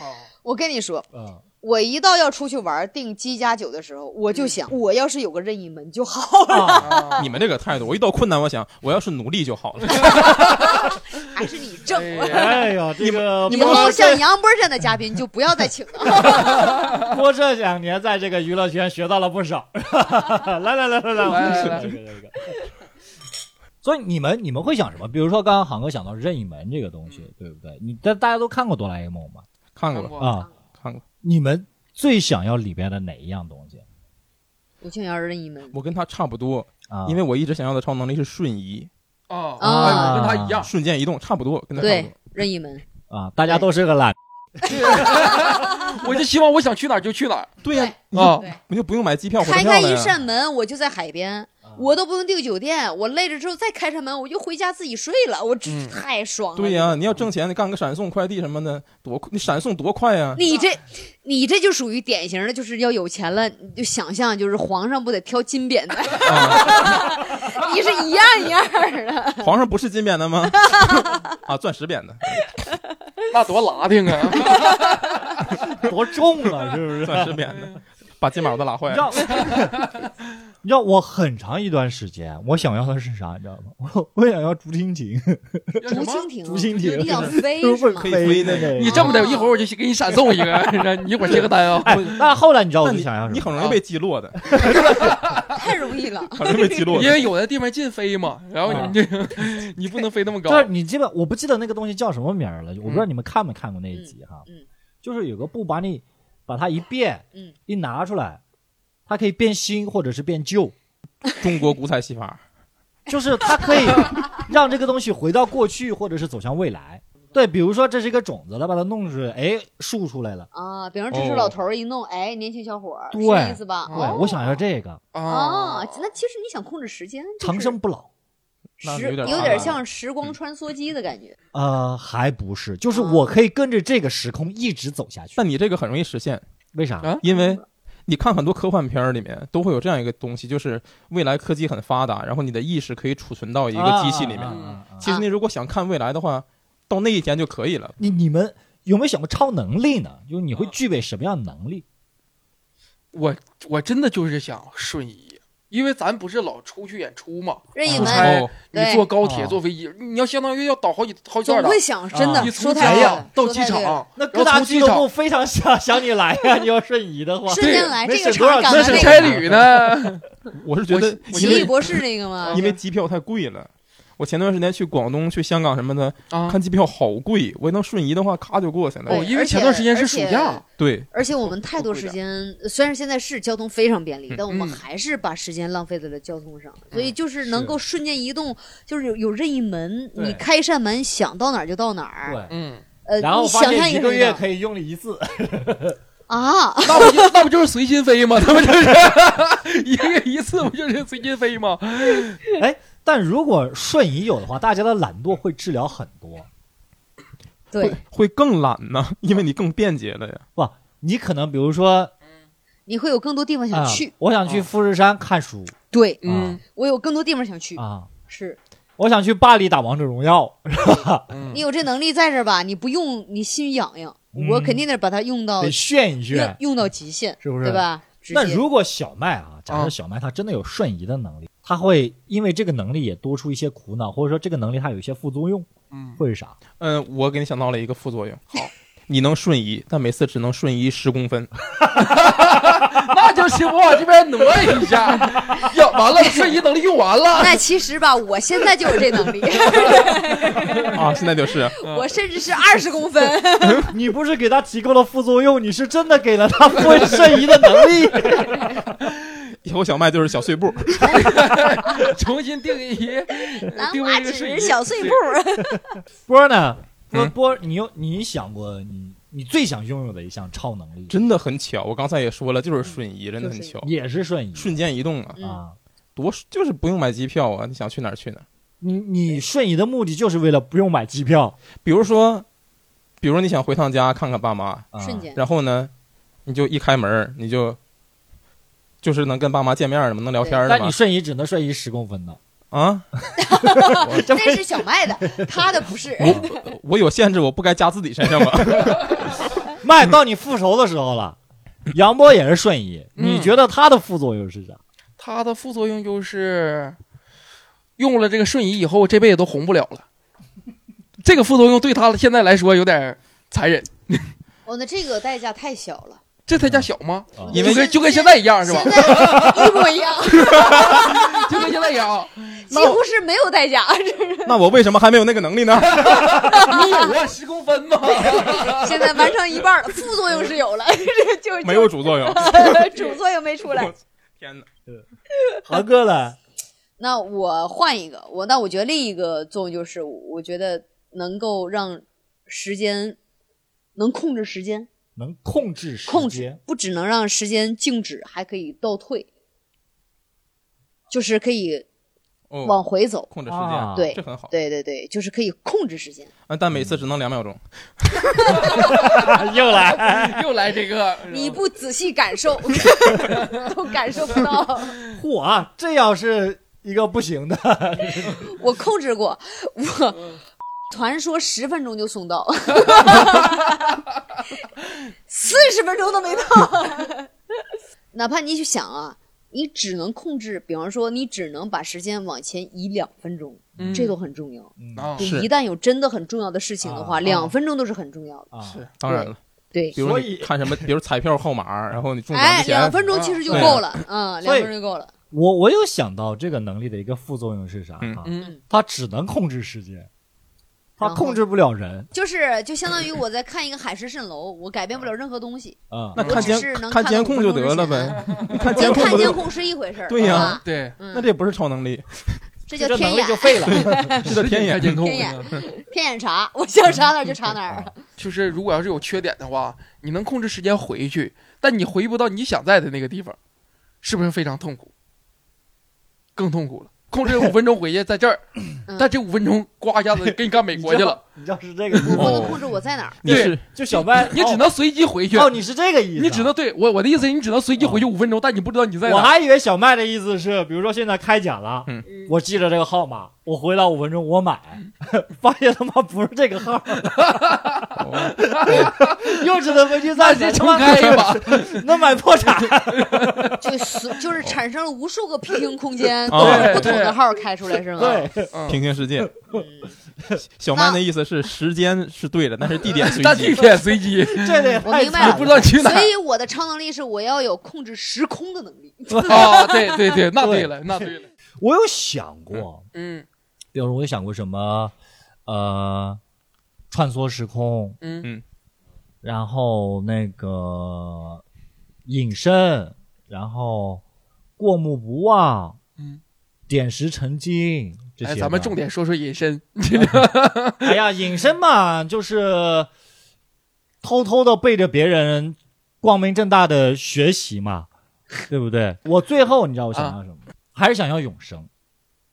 D: 啊，
C: 我跟你说，
A: 嗯，
C: 我一到要出去玩订鸡加酒的时候，我就想，我要是有个任意门就好了。
A: 啊，
B: *laughs* 你们这个态度，我一到困难，我想我要是努力就好了。
C: *laughs* 还是你正，啊
D: 哎呀
A: 哎呀，这个
C: 以
A: 波
C: 后
A: 这
C: 像杨波这样的嘉宾就不要再请
B: *laughs*
C: 了。
A: *laughs* 波这两年在这个娱乐圈学到了不 *laughs* 少。来来来来来，我们
D: 来
A: 试
D: 来来
A: 这个这个。所以你们你们会想什么？比如说刚刚航哥想到任意门这个东西，对不对？你但大家都看过哆啦 A 梦嘛？
B: 看
D: 看
B: 过，
D: 过
A: 啊，
B: 看过。
A: 你们最想要里边的哪一样东西
C: 我想要任意门，
B: 我跟他差不多，
A: 啊？
B: 因为我一直想要的超能力是瞬移，
D: 啊
C: 啊
D: 哎我跟他一样，
B: 瞬间移动，差不多跟他差不
C: 对
B: 多。，
C: 任意门，
A: 啊，大家都是个 *laughs* 懒
D: *laughs* 我就希望我想去哪儿就去哪儿
B: 对呀、你就
D: 啊。
B: 你就不用买机票、火车
C: 哦开
B: 票
C: 开
B: 了
C: 一
B: 呀。啊
C: 扇门，我就在海边，我都不用订酒店，我累了之后再开扇门，我就回家自己睡了，我这
D: 嗯
C: 太爽了。
B: 对呀、你要挣钱，你干个闪送、快递什么的，多快你闪送多
A: *laughs*
B: 快
C: *laughs*
B: 呀、
C: 你这，你这就属于典型的，就是要有钱了，你就想象就是皇上不得挑金匾的，
A: 啊
C: *laughs* 你是一样一样的。
B: 皇上不是金匾的吗？ *laughs* 啊，钻石
C: *laughs*
B: 匾的，
D: *laughs* 那多拉挺啊！
A: 多重啊，是不是？
B: 钻石匾的，把金马都拉坏
A: 你知
B: 了。
A: 道， *laughs* 你知道我很长一段时间，我想要的是啥，你知道吗？我我想要竹蜻蜓，
C: 竹蜻蜓，
A: 竹蜻蜓
C: 就是你
A: *laughs*
C: 要飞是
A: 会
C: 吗
B: 可？以飞那个
D: 你这么的，一会儿我就去给你闪送一个， *laughs* 你一会儿接个单啊。
A: 哎，那后来你知道我
B: 那
A: 最
B: 你
A: 想要什
B: 你
A: 么？
B: 很容易被击落的，
C: 太容易了。
B: 很容易被击落
D: 因
B: 的。
D: 为有的地方禁飞嘛，然后你这 *laughs* 你不能飞那么高
A: 就是你基本我不记得那个东西叫什么名儿了，我不知道你们看没看过那一集哈。
C: 嗯嗯嗯
A: 就是有个布把你把它一变，
C: 嗯
A: 一拿出来，它可以变新或者是变旧，
B: 中国古彩戏法，
A: 就是它可
C: *laughs*
A: 以让这个东西回到过去或者是走向未来。对，比如说这是一个种子了，把它弄出来，哎，树出来了。
C: 啊，比方说这是老头儿一弄，哎，年轻小伙儿，是
A: 哦对
C: 这意思吧？
A: 对，
C: 哦
A: 我想要这个
C: 啊，那其实你想控制时间，就是
A: 长生不老。
B: 那
C: 时
B: 有点
C: 有
B: 麻烦
C: 点
B: 了
C: 像时光穿梭机的感觉。
A: 呃，还不是，就是
C: 啊
A: 我可以跟着这个时空一直走下去。
B: 但你这个很容易实现，
D: *laughs*
A: 为啥？
D: 啊
B: 因为你看很多科幻片儿里面都会有这样一个东西，就是未来科技很发达，然后你的意识可以储存到一个机器里面。
A: 啊啊啊啊啊
B: 其实你如果想看未来的话，到那一天就可以了。
A: 你你们有没有想过超能力呢？就是你会具备什么样的能力？
D: 我我真的就是想瞬移，因为咱不是老出去演出嘛，
C: 任意
A: 出
C: 门
D: 差哎
B: 哦，
D: 你
C: 对
D: 坐高铁、
A: 哦
D: 坐飞机，你要相当于要倒好几好几
C: 总
D: 段的
C: 会。想，真
A: 啊
C: 的
D: 你
C: 说
D: 从
C: 太
D: 家
C: 对
D: 呀
C: 了，
D: 到
C: 说
D: 机
C: 太对了
D: 场，
A: 那各
D: 然后
A: 大
D: 从
A: 俱
D: 机
A: 乐部
D: 场
A: 非常想想你来呀、你要瞬移的话，
C: 瞬间来
A: 对
C: 这个
A: 能省多少
C: 场赶
A: 钱这
C: 完
D: 那是
A: 个
C: 那
D: 差
C: 个，
D: 旅呢，
B: 我是觉得
D: 我
C: 奇
B: 因
C: 异
B: 为
C: 博士那个吗？
B: 因为机票太贵了。我前段时间去广东、去香港什么的，
D: 啊
B: 看机票好贵，我能瞬移的话，咔就过去
C: 对
D: 哦，
B: 了。
D: 因
C: 而
D: 为
C: 且
D: 前段时间是暑
C: 而且
D: 假，
B: 对，
C: 而且我们太多时间，呃虽然现在是交通非常便利
B: 嗯，
C: 但我们
D: 嗯
C: 还是把时间浪费在了交通上。
D: 嗯
C: 所以就是能够瞬间移动，就是有有任意门，
A: 对
C: 你开一扇门，想到哪儿就到哪儿。
A: 对，
D: 嗯，
C: 呃，
A: 然后
C: 你
A: 发
C: 想看
A: 现
C: 一
A: 一个月
C: 人
A: 可以用力一次，
C: 啊，
D: *laughs* 那不就那不就是随心飞吗？ *laughs* 那不就是一个月一次，不就是随心飞吗？
A: 但如果瞬移有的话，大家的懒惰会治疗很多。
C: 对
A: *laughs*
B: 会会更懒呢， *laughs* 因为你更便捷了呀。
A: 你可能比如说
C: 你会有更多地方想
A: 啊
C: 去。，
A: 我想去富士山看书
C: 对
D: 嗯
C: 我有更多地方想去，
A: 啊，
C: 是
A: 我想去巴黎打王者荣耀，
C: 哦
D: 嗯
C: 你有这能力在这儿吧？你不用，你心痒痒，
A: 嗯
C: 我肯定得把它用到
A: 得炫一
C: 用
A: 炫，
C: 用到极限，
A: 是不是？
C: 对吧？直
A: 那
C: 接
A: 如果小麦啊，假设
D: 啊
A: 小麦他真的有瞬移的能力，他会因为这个能力也多出一些苦恼，或者说这个能力它有一些副作用，
D: 嗯，
A: 会是啥？ *laughs*
B: 嗯，我给你想到了一个副作用。好，你能瞬移，但每次只能瞬移十公分。
D: 那就行，我往这边挪一下，呀，完了，瞬移能力用完了，
C: 那其实吧，我现在就有
A: *laughs*
C: 这能力，
B: 啊，现在就是
A: 嗯
C: *laughs* 我甚至是二十公
A: *laughs*
C: 分。
A: 你不是给他提供了副作用，你是真的给了他会瞬移的能力。 *laughs*
B: 以后小麦就是小碎步。
D: 重新定义，
C: 南
D: 定
C: 瓜
D: 位一
C: 只
D: 个
C: 是
D: 瞬移
C: 小碎步，
A: 波呢？波
B: 嗯
A: 波，你有你想过你你最想拥有的一项超能力？
B: 真的很巧，我刚才也说了，就是瞬移，真的很巧，
A: 也是瞬移
B: 瞬间移动啊，
C: 嗯，
A: 啊！
B: 多就是不用买机票啊，你想去哪儿去哪儿。
A: 你你瞬移的目的就是为了不用买机票，
B: 比如说，比如你想回趟家看看爸妈，
A: 啊
B: *laughs*
C: 瞬间
B: 然后呢，你就一开门儿你就就是能跟爸妈见面了嘛，能聊天了
A: 但你
B: 嘛
A: 瞬移只能瞬移十公分 *laughs* 呢。
B: 啊，
A: 这不
C: 那是小麦的，他的
B: *laughs*
C: 不是。
B: 我我有限制，我不该加自己身
A: *laughs*
B: 上吧？
A: 麦到你复仇的时候了，杨波也是瞬移，
D: 嗯
A: 你觉得它的副作用是啥？
D: 它的副作用就是，用了这个瞬移以后，这辈子都红不了了。这个副作用对他现在来说有点残忍。
C: 哦，那这个代价太小了，
D: 这代价小吗？
A: 啊
B: 嗯因为
D: 就跟就跟现在一样是吧
C: 现？在一模一样，
D: 就跟现在
C: *laughs*
D: 一样，
C: 几乎是没有代价。
B: 那我为什么还没有那个
A: *laughs*
B: 能力呢？
D: 你有啊十公分吗？
C: 现在完成一半了，副作用是有了， *laughs* 这就
B: 没有主作用。
C: 就 *laughs* 主作用没出来。
B: 天哪！
A: 豪哥呢？
C: 那我换一个，我那我觉得另一个作用就是，我觉得能够让时间能控制时间，
A: 能控制时
C: 控制
A: 间，
C: 不只能让时间静止，还可以倒退，就是可以
A: *laughs*
B: 哦，
C: 往回走。
B: 控制时
A: 啊
B: 间，
C: 对
B: 这很好。
C: 对对对，就是可以控制时间。
B: 啊，但每次只能两秒钟。
A: *laughs* 又
D: *laughs*
A: 来。
D: 又来这个，
A: 啊
C: 你不仔细
A: *laughs*
C: 感受，都感受不到。
A: 嚯啊，这要是一个不行的，
C: 我控制过，
A: 嗯
C: 我传说十分钟就
A: *laughs*
C: 送到，四十分钟都没到。 *laughs* 哪怕你去想啊，你只能控制，比方说你只能把时间往前移两分钟，
D: 嗯
C: 这都很重要。
D: 啊
C: 就是一旦有真的很重要的事情的话，
A: 啊
C: 两分钟都是很重要的。
A: 啊，
D: 是
B: 当然了，
C: 对
B: 比，如说
A: 所以
B: 你看什么，比如彩票号码，然后你中奖
C: 哎，
B: 之前
C: 两，分钟其实就
B: 对
C: 够了，
A: *laughs*
C: 嗯，
A: 啊
C: 两
A: 所以
C: 分钟就够了。
A: 我我有想到这个能力的一个副作用是啥
B: 嗯
A: 啊？
D: 嗯
A: 它只能控制时间，它
C: 然后
A: 控制不了人
C: 就是就相当于我在看一个海市蜃楼，我改变不了任何东西。
A: 啊。
B: 那看监
C: 我只是能
B: 看
C: 看
B: 监
C: 到五
B: 控
C: 分
B: 就
C: 钟
B: 得
C: 之
B: 了
C: 前
B: 呗。你 *laughs* 看啊监
C: 跟
B: 控
C: 啊看
B: 不
C: 监
B: 就？
C: 控是一回事儿，
B: 对呀
C: 好吧
D: 对，
C: 嗯
B: 那这不是超能力，
C: 这叫
A: 这
C: 天
A: 能力
C: 眼
A: 就废了，
B: 这叫天
D: 开
B: 眼。
D: 监控
C: 天天眼查，我想查哪儿就查哪儿。
D: *laughs* 就是如果要是有缺点的话，你能控制时间回去，但你回不到你想在的那个地方，是不是非常痛苦？更痛苦了。控制五分钟回去，在这儿
C: 嗯
D: 但这五分钟呱一下子给你干美国
A: *laughs*
D: 去了，
A: *laughs* 你知道是这个意
C: 我不
A: 思，
C: 能控制我在哪儿。
B: 你是
A: 就小白，
D: 哦你只能随机回去
A: 哦，，哦你是这个意思啊，
D: 你只能对我我的意思，你只能随机回去五分钟，但你不知道你在
A: 我
D: 哪。
A: 还以为小麦的意思是，比如说现在开奖了，
B: 嗯
A: 我记着这个号码，我回到五分钟我买，
D: 嗯
A: *laughs* 发现他妈不是这个
D: *laughs*
A: 号，
B: 哦
A: 又只能回去再
D: 先
A: 他
D: 重
A: 妈
D: 开一把，
A: 能买破产。
C: 就是就是产生了无数个平行空
B: 啊
C: 间，都是不
D: 对
C: 同的号开出来是吗？
A: 对，
D: 嗯
B: 平行世界。
C: 嗯
B: *laughs* 小麦的意思是时间是对的，但是地点随
D: 但地
B: 机。
D: 点随 *laughs* 机，
A: 这得
C: 我
A: 太
C: 明白
A: 惨
C: 了
D: 你不知道去哪儿
C: 所以我的超能力是我要有控制时空的能力。
D: 啊！对对对，那对了，那对了，
A: 我有想过，
D: 嗯
A: 比如说我有想过什么，呃，穿梭时空，
D: 嗯
A: 然后那个隐身，然后过目不忘，
D: 嗯，
A: 点石成金这些
D: 哎，
A: 的。
D: 咱们重点说说隐身，
A: 哎呀，隐身嘛，就是偷偷的背着别人，光明正大的学习嘛，对不对？我最后你知道我想
D: 啊
A: 要什么？还是想要永生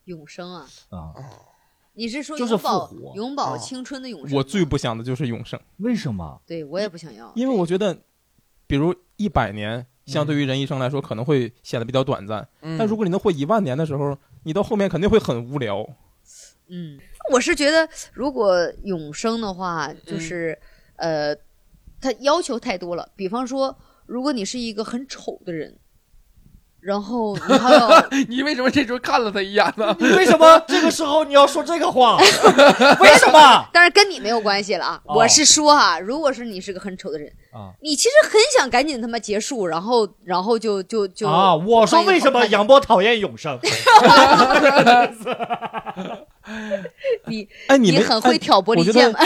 C: 永生啊，
A: 啊？
C: 你是说
A: 就是
C: 永
A: 复
C: 保
A: 活
C: 永保
D: 啊
C: 青春的永生吗？
B: 我最不想的就是永生，
A: 为什么？
C: 对我也嗯不想要，
B: 因为我觉得，比如一百年，相对于人一生来说可能会显得比较短暂，
C: 嗯
D: 嗯
B: 但如果你能活一万年的时候，你到后面肯定会很无聊。
C: 嗯，我是觉得如果永生的话，
A: 嗯
C: 就是、呃，他要求太多了。比方说，如果你是一个很丑的人，然后你还
A: *laughs*
C: 要
D: *laughs* 你为什么这时候看了他一眼呢？ *laughs*
A: 你 *laughs* 为什么这个时候你要说这个 *laughs* 话？为什么
C: 但是跟你没有关系了啊！
A: 哦
C: 我是说哈、如果是你是个很丑的人，
A: 啊
C: 你其实很想赶紧他妈结束，然后然后就就就
A: 啊？我说为什么杨波讨厌永
C: *laughs*
A: 生？
C: 你
B: 哎，你
C: 你
B: 们
C: 很会
B: 哎
C: 挑拨
B: 我
C: 离
B: 觉
C: 间 *laughs*
B: 得
C: 嘛？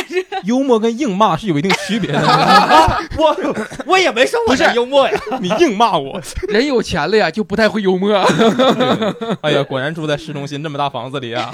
B: 幽默跟硬骂是有一定区别
C: *laughs*
B: 的。
A: 啊，我我也没说我是幽默呀。
B: 你硬骂我， *laughs*
D: 人有钱了呀，就不太会幽默。啊
B: 哎呀，果然住在市中心这么大房子里啊！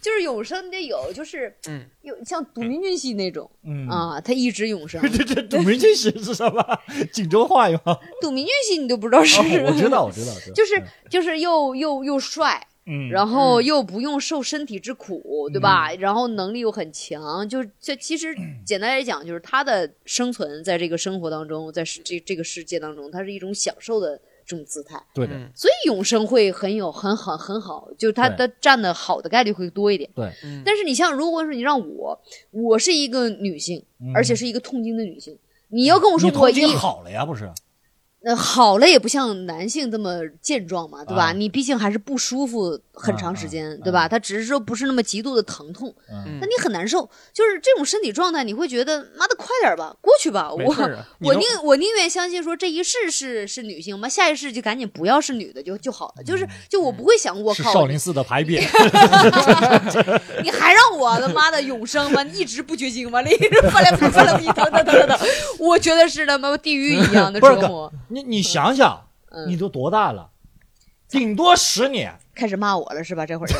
C: 就是永生你得有，就是
D: 嗯，
C: 有像赌明俊系那种、
A: 嗯，
C: 啊，他一直永生。
A: *laughs* 这这赌明俊学是什
C: *laughs*
A: 么？锦州话哟。哦
C: 赌明俊系你都不知道是、
A: 我知道，我知道，我知道
C: 就是就是又又又帅，
A: 嗯，
C: 然后又不用受身体之苦，对吧？然后能力又很强，就是这其实
A: 嗯
C: 简单来讲，就是他的生存在这个生活当中，在世这这个世界当中，它是一种享受的这种姿态，
A: 对的，
D: 嗯
C: 所以永生会很有很好很好，就是他
A: 对
C: 的占的好的概率会多一点。
A: 对，
D: 嗯
C: 但是你像如果说你让我，我是一个女性，
A: 嗯
C: 而且是一个痛经的女性。你要跟我说
A: 你
C: 我
A: 头
C: 一
A: 巾好了呀，不是？
C: 呃，好了也不像男性这么健壮嘛，对吧？
A: 啊
C: 你毕竟还是不舒服很长时间，
A: 啊啊
C: 对吧？它只是说不是那么极度的疼痛，
A: 嗯
C: 那你很难受。就是这种身体状态，你会觉得妈的快点吧，过去吧，
B: 没
C: 我
B: 事。儿啊，你
C: 我
B: 能
C: 宁我宁愿相信说这一世是是女性嘛，下一世就赶紧不要是女的就就好了。就是就我不会想我
A: 是
C: 靠
A: 少，林寺的牌
C: *laughs*
A: 匾，
C: 你还让我他妈的永生吗？一直不绝经吗？一直翻来覆去翻来覆去，等等等等等，我觉得是他妈地狱一样的
A: 不是
C: 折磨。
A: 你你想想，
C: 嗯
A: 你都多大了？顶多十年，
C: 开始骂我了是吧？这会
D: *laughs*
C: 儿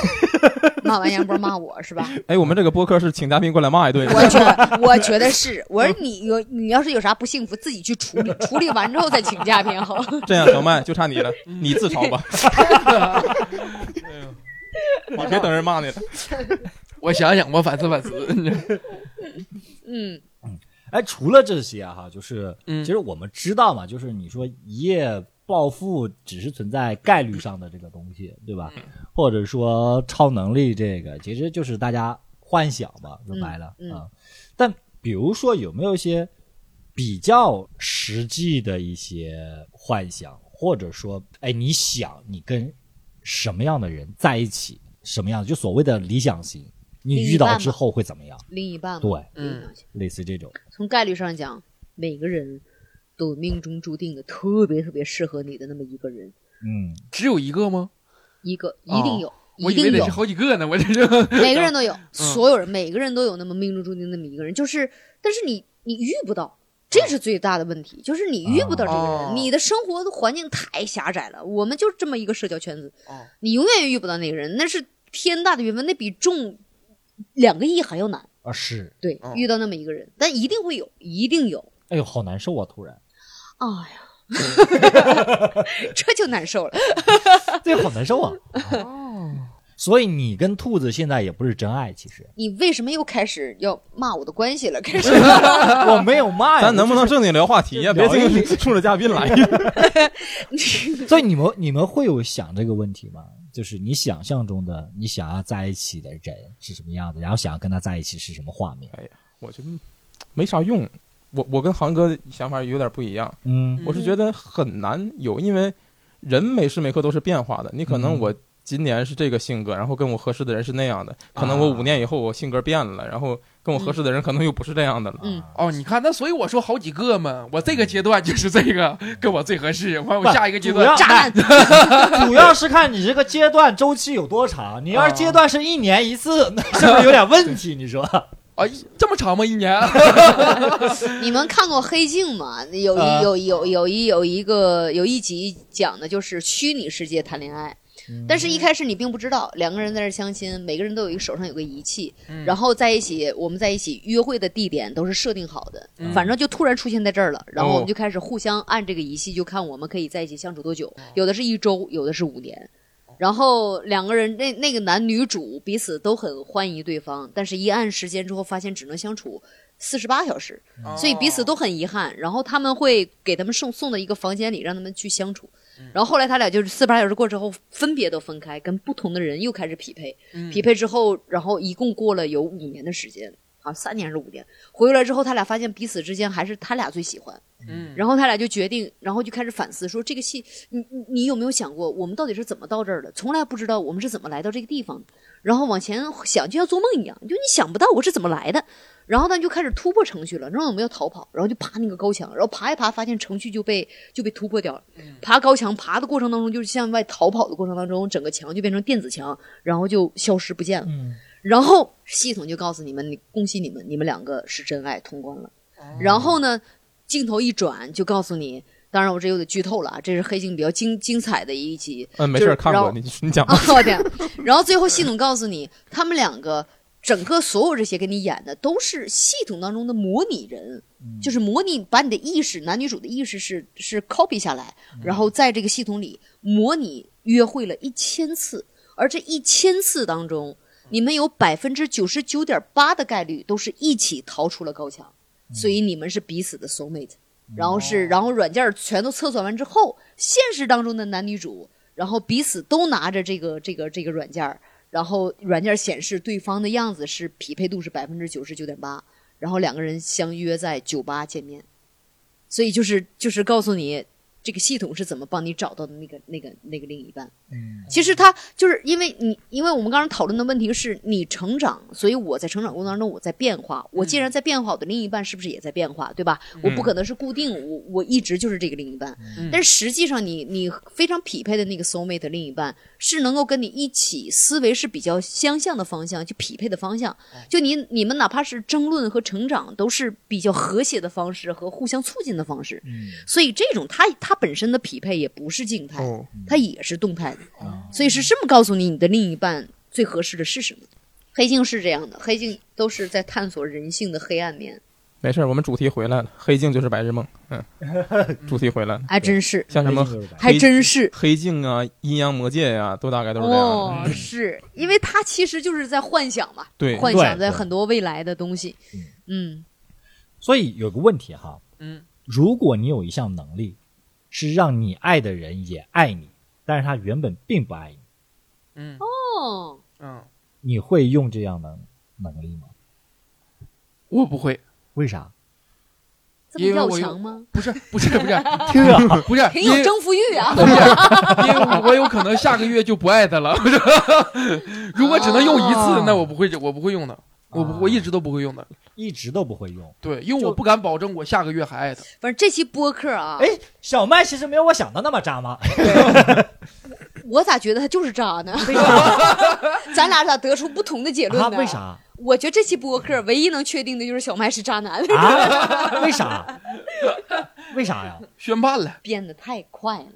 C: 骂完杨波骂我是吧？
B: 哎，我们这个播客是请嘉宾过来骂一顿，
C: 我觉我觉得是，我说你有你要是有啥不幸福，自己去处理，处理完之后再请假偏好。
B: *laughs*
D: *laughs*
B: 这样小麦就差你了，你自嘲吧， *laughs* 你别等人骂你了。
D: *laughs* 我想想，我反思反思。 *laughs*
C: 嗯，
A: 哎，除了这些哈，就是，
D: 嗯
A: 其实我们知道嘛，就是你说一夜暴富只是存在概率上的这个东西，对
C: 嗯
A: 吧？或者说超能力这个，其实就是大家幻想嘛，说白了啊、
C: 嗯嗯
A: 但比如说有没有一些比较实际的一些幻想，或者说，哎，你想你跟什么样的人在一起，什么样就所谓的理想型，你
C: 另一
A: 遇到
C: 半嘛
A: 之后会怎么样？
C: 另一半嘛，
A: 对，
C: 另一半去
A: 类似这种。
C: 从概率上讲，每个人都有命中注定的特别特别适合你的那么一个人，
A: 嗯，
D: 只有一个吗？
C: 一个一定有，
D: 哦我
C: 一
D: 以为
C: 定
D: 得
C: 有
D: 是，好几个呢，我这就
C: 每个人都有，
D: 嗯
C: 所有人每个人都有那么命中注定那么一个人，就是，但是你你遇不到，这是最大的问题，就是你遇不到这个人，
D: 哦
C: 你的生活的环境太狭窄了，我们就这么一个社交圈子，
D: 哦
C: 你永远遇不到那个人，那是天大的缘分，那比中两个亿还要难。
A: 啊是，
C: 对，
D: 哦
C: 遇到那么一个人，但一定会有，一定有。
A: 哎呦，好难受啊！突然，
C: 哎呀，
D: *laughs*
C: 这就难受了。
A: 哎这好难受啊！所以你跟兔子现在也不是真爱，其实
C: 你为什么又开始要骂我的关系了？
D: *laughs*
C: 开始
A: 我没有哎骂呀。
B: 咱能不能正经聊话题呀？
A: 就
B: 别
A: 是
B: 净是冲着嘉宾来。
A: 就是？所以你们你们会有想这个问题吗？就是你想象中的你想要在一起的人是什么样子，然后想要跟他在一起是什么画面？
B: 我觉得没啥用。我我跟航哥想法有点不一样，
A: 嗯
B: 我是觉得很难有，因为人每时每刻都是变化的。你可能
A: 嗯
B: 我今年是这个性格，然后跟我合适的人是那样的，可能我五年以后我性格变了，然后跟我合适的人可能又不是这样的了。
C: 嗯
D: *laughs* 哦，你看，那所以我说好几个嘛，我这个阶段就是这个跟我最合适，完我下一个阶段
A: 不
C: 渣男，
A: 啊主要是看你这个阶段周期有多长。你要是
D: 啊
A: 阶段是一年一次，那是不是有点问题？你说？
D: 啊，一这么长吗？一 *laughs* 年？
C: 你们看过《黑镜》吗？有一、
A: 啊
C: 有有有一有一个有一集讲的就是虚拟世界谈恋爱，但是一开始你并不知道两个人在那儿相亲，每个人都有一个手上有个仪器，
D: 嗯
C: 然后在一起，我们在一起约会的地点都是设定好的，
D: 嗯
C: 反正就突然出现在这儿了，然后我们
B: 哦
C: 就开始互相按这个仪器，就看我们可以在一起相处多久，有的是一周，有的是五年。然后两个人，那那个男女主彼此都很欢迎对方，但是一按时间之后，发现只能相处四十八小时，
D: 哦
C: 所以彼此都很遗憾。然后他们会给他们送送到一个房间里，让他们去相处。然后后来他俩就是四八小时过之后，分别都分开，跟不同的人又开始匹配。
D: 嗯
C: 匹配之后，然后一共过了有五年的时间，啊，三年还是五年。回来之后，他俩发现彼此之间还是他俩最喜欢。
D: 嗯
C: 然后他俩就决定，然后就开始反思，说这个戏，你你你有没有想过，我们到底是怎么到这儿的？从来不知道我们是怎么来到这个地方的。然后往前想，就像做梦一样，就你想不到我是怎么来的。然后呢，就开始突破程序了，然后我们要逃跑，然后就爬那个高墙，然后爬一爬，发现程序就被就被突破掉了。爬高墙，爬的过程当中，就是向外逃跑的过程当中，整个墙就变成电子墙，然后就消失不见了。
A: 嗯
C: 然后系统就告诉你们，你恭喜你们，你们两个是真爱通关了。然后呢，镜头一转就告诉你，当然我这有点剧透了啊，这是黑镜比较精精彩的一集。
B: 嗯，没
C: 就
B: 事
C: 是
B: 儿，看
C: 然
B: 过
C: 后
B: 你你讲吧。
C: 啊，我天！然后最后系统告诉你，他们两个整个所有这些给你演的都是系统当中的模拟人，就是模拟把你的意识，男女主的意识是是 copy 下来，然后在这个系统里模拟约会了一千次，而这一千次当中，你们有百分之九十九点八的概率都是一起逃出了高墙，所以你们是彼此的 soul mate。然后是，然后软件儿全都测算完之后，现实当中的男女主，然后彼此都拿着这个这个这个软件儿，然后软件儿显示对方的样子是匹配度是百分之九十九点八，然后两个人相约在酒吧见面，所以就是就是告诉你这个系统是怎么帮你找到的那个那个那个另一半。
A: 嗯
C: 其实他就是因为你，因为我们刚刚讨论的问题是你成长，所以我在成长过程当中我在变化。我既然在变化，我的另一半是不是也在变化，对吧？我不可能是固定，我我一直就是这个另一半。
D: 嗯
C: 但是实际上你，你非常匹配的那个 soul mate 另一半是能够跟你一起思维是比较相像的方向，就匹配的方向。就你你们哪怕是争论和成长，都是比较和谐的方式和互相促进的方式。
A: 嗯
C: 所以这种它它本身的匹配也不是静态，
B: 哦，
C: 它也是动态的。
A: 啊
C: 所以是这么告诉你，你的另一半最合适的是什么？黑镜是这样的，黑镜都是在探索人性的黑暗面。
B: 没事儿，我们主题回来了，黑镜就是白日梦。
A: *laughs*
B: 嗯，主题回来了，
C: 还真是，
B: 像什么
A: 那就是白
C: 还真是。
B: 黑镜啊、阴阳魔界呀、都大概都是这样的。
C: 哦，是因为他其实就是在幻想嘛，
B: 对
C: 幻想
A: 对
C: 在很多未来的东西。嗯，
A: 所以有个问题哈，
D: 嗯，
A: 如果你有一项能力，是让你爱的人也爱你，但是他原本并不爱你，
D: 嗯
C: 哦，
D: 嗯，
A: 你会用这样的能力吗？
D: 我不会，
A: 为啥？
C: 这么要强吗？
A: 啊
D: 不是不是不是
C: *laughs*
D: 不是，
C: 挺
D: 因
C: 有
D: 为
C: 征服欲啊！
D: *laughs* 因为我有可能下个月就不爱他了。 *laughs* 不是如果只能用一次
A: 哦，
D: 那我不会，我不会用的，我不我一直都不会用的。
A: 一直都不会用。
D: 对，因为
A: 就
D: 我不敢保证我下个月还爱他。
C: 反正这期播客啊
A: 哎，，小麦其实没有我想的那么渣吗？
C: 我咋觉得他就是渣呢？ *laughs*
A: 为啥？
C: 咱俩咋得出不同的结论
A: 啊？
C: 呢？
A: 为？啥？
C: 我觉得这期播客唯一能确定的就是小麦是渣男，
A: 啊？为啥？为啥呀？
D: 宣判了，
C: 变得太快了。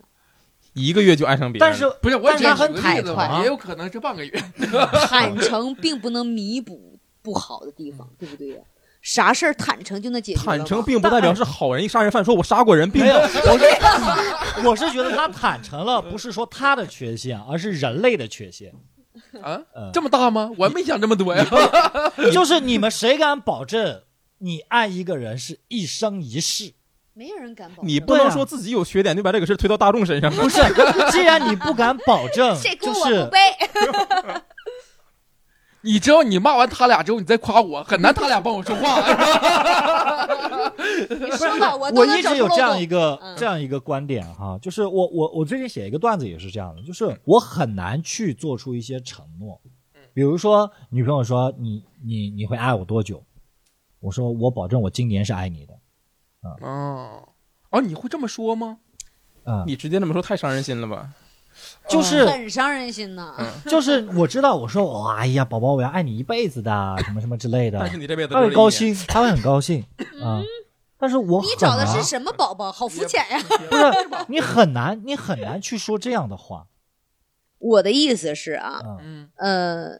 B: 一个月就爱上别人，
A: 但是
D: 不是我
A: 但
D: 只
A: 是他
D: 是
A: 很
D: 举个
A: 坦
C: 坦
D: 例子
A: 诚
D: 吧，
A: 啊
D: 也有可能是半个月。 *laughs*
C: 坦诚并不能弥补不好的地
A: 嗯
C: 方，对不对呀？啥事儿坦诚就能解决了吗？
B: 坦诚并不代表是好人。一杀人犯说我杀过人，并
A: 没有，
B: 不
A: 我是我是觉得他坦诚了，不是说他的缺陷，而是人类的缺陷。
D: 啊
A: 嗯，
D: 这么大吗？我还没想这么多呀。 *laughs*
A: 就是你们谁敢保证你爱一个人是一生一世？
C: 没有人敢保证。
B: 你不
A: 对
B: 能
A: 啊
B: 说自己有缺点就把这个事儿推到大众身上
E: *laughs*
B: 啊。
A: 不是，既然你不敢保证，
E: 这锅
A: 就
E: 我不
A: 是
E: 背。
D: 你知道你骂完他俩之后，你再夸我，很难他俩帮我说话。 *laughs*
E: 你说吧，我都
A: 我
E: 能
A: 一
E: 找
A: 直
E: 出
A: 有
E: 漏
A: 这样一
E: 洞。
A: 个、
C: 嗯
A: 这样一个观点哈，就是我我我最近写一个段子也是这样的，就是我很难去做出一些承诺，
B: 嗯
A: 比如说女朋友说你你你会爱我多久，我说我保证我今年是爱你的，
E: 嗯
D: 哦，哦，你会这么说吗？
A: 嗯，
B: 你直接这么说太伤人心了吧？
A: *laughs* 就是
C: 很伤人心呐。
A: 嗯就是我知道我说哦哎呀宝宝我要爱你一辈子的什么什么之类的
B: 但是，你这辈子
A: 他
B: 都
A: 会
B: 是
A: 哎高
B: 一年，
A: 兴，他会很高
E: *laughs*
A: 兴啊、但是
E: *laughs*
A: 我
E: 嗯你
A: 很
E: 找的
A: 难
E: 是什么宝宝？好肤浅呀！
A: 不是你很难你很难去说这样的话，
C: *laughs* 我的意思是啊，
D: 嗯，
C: 呃，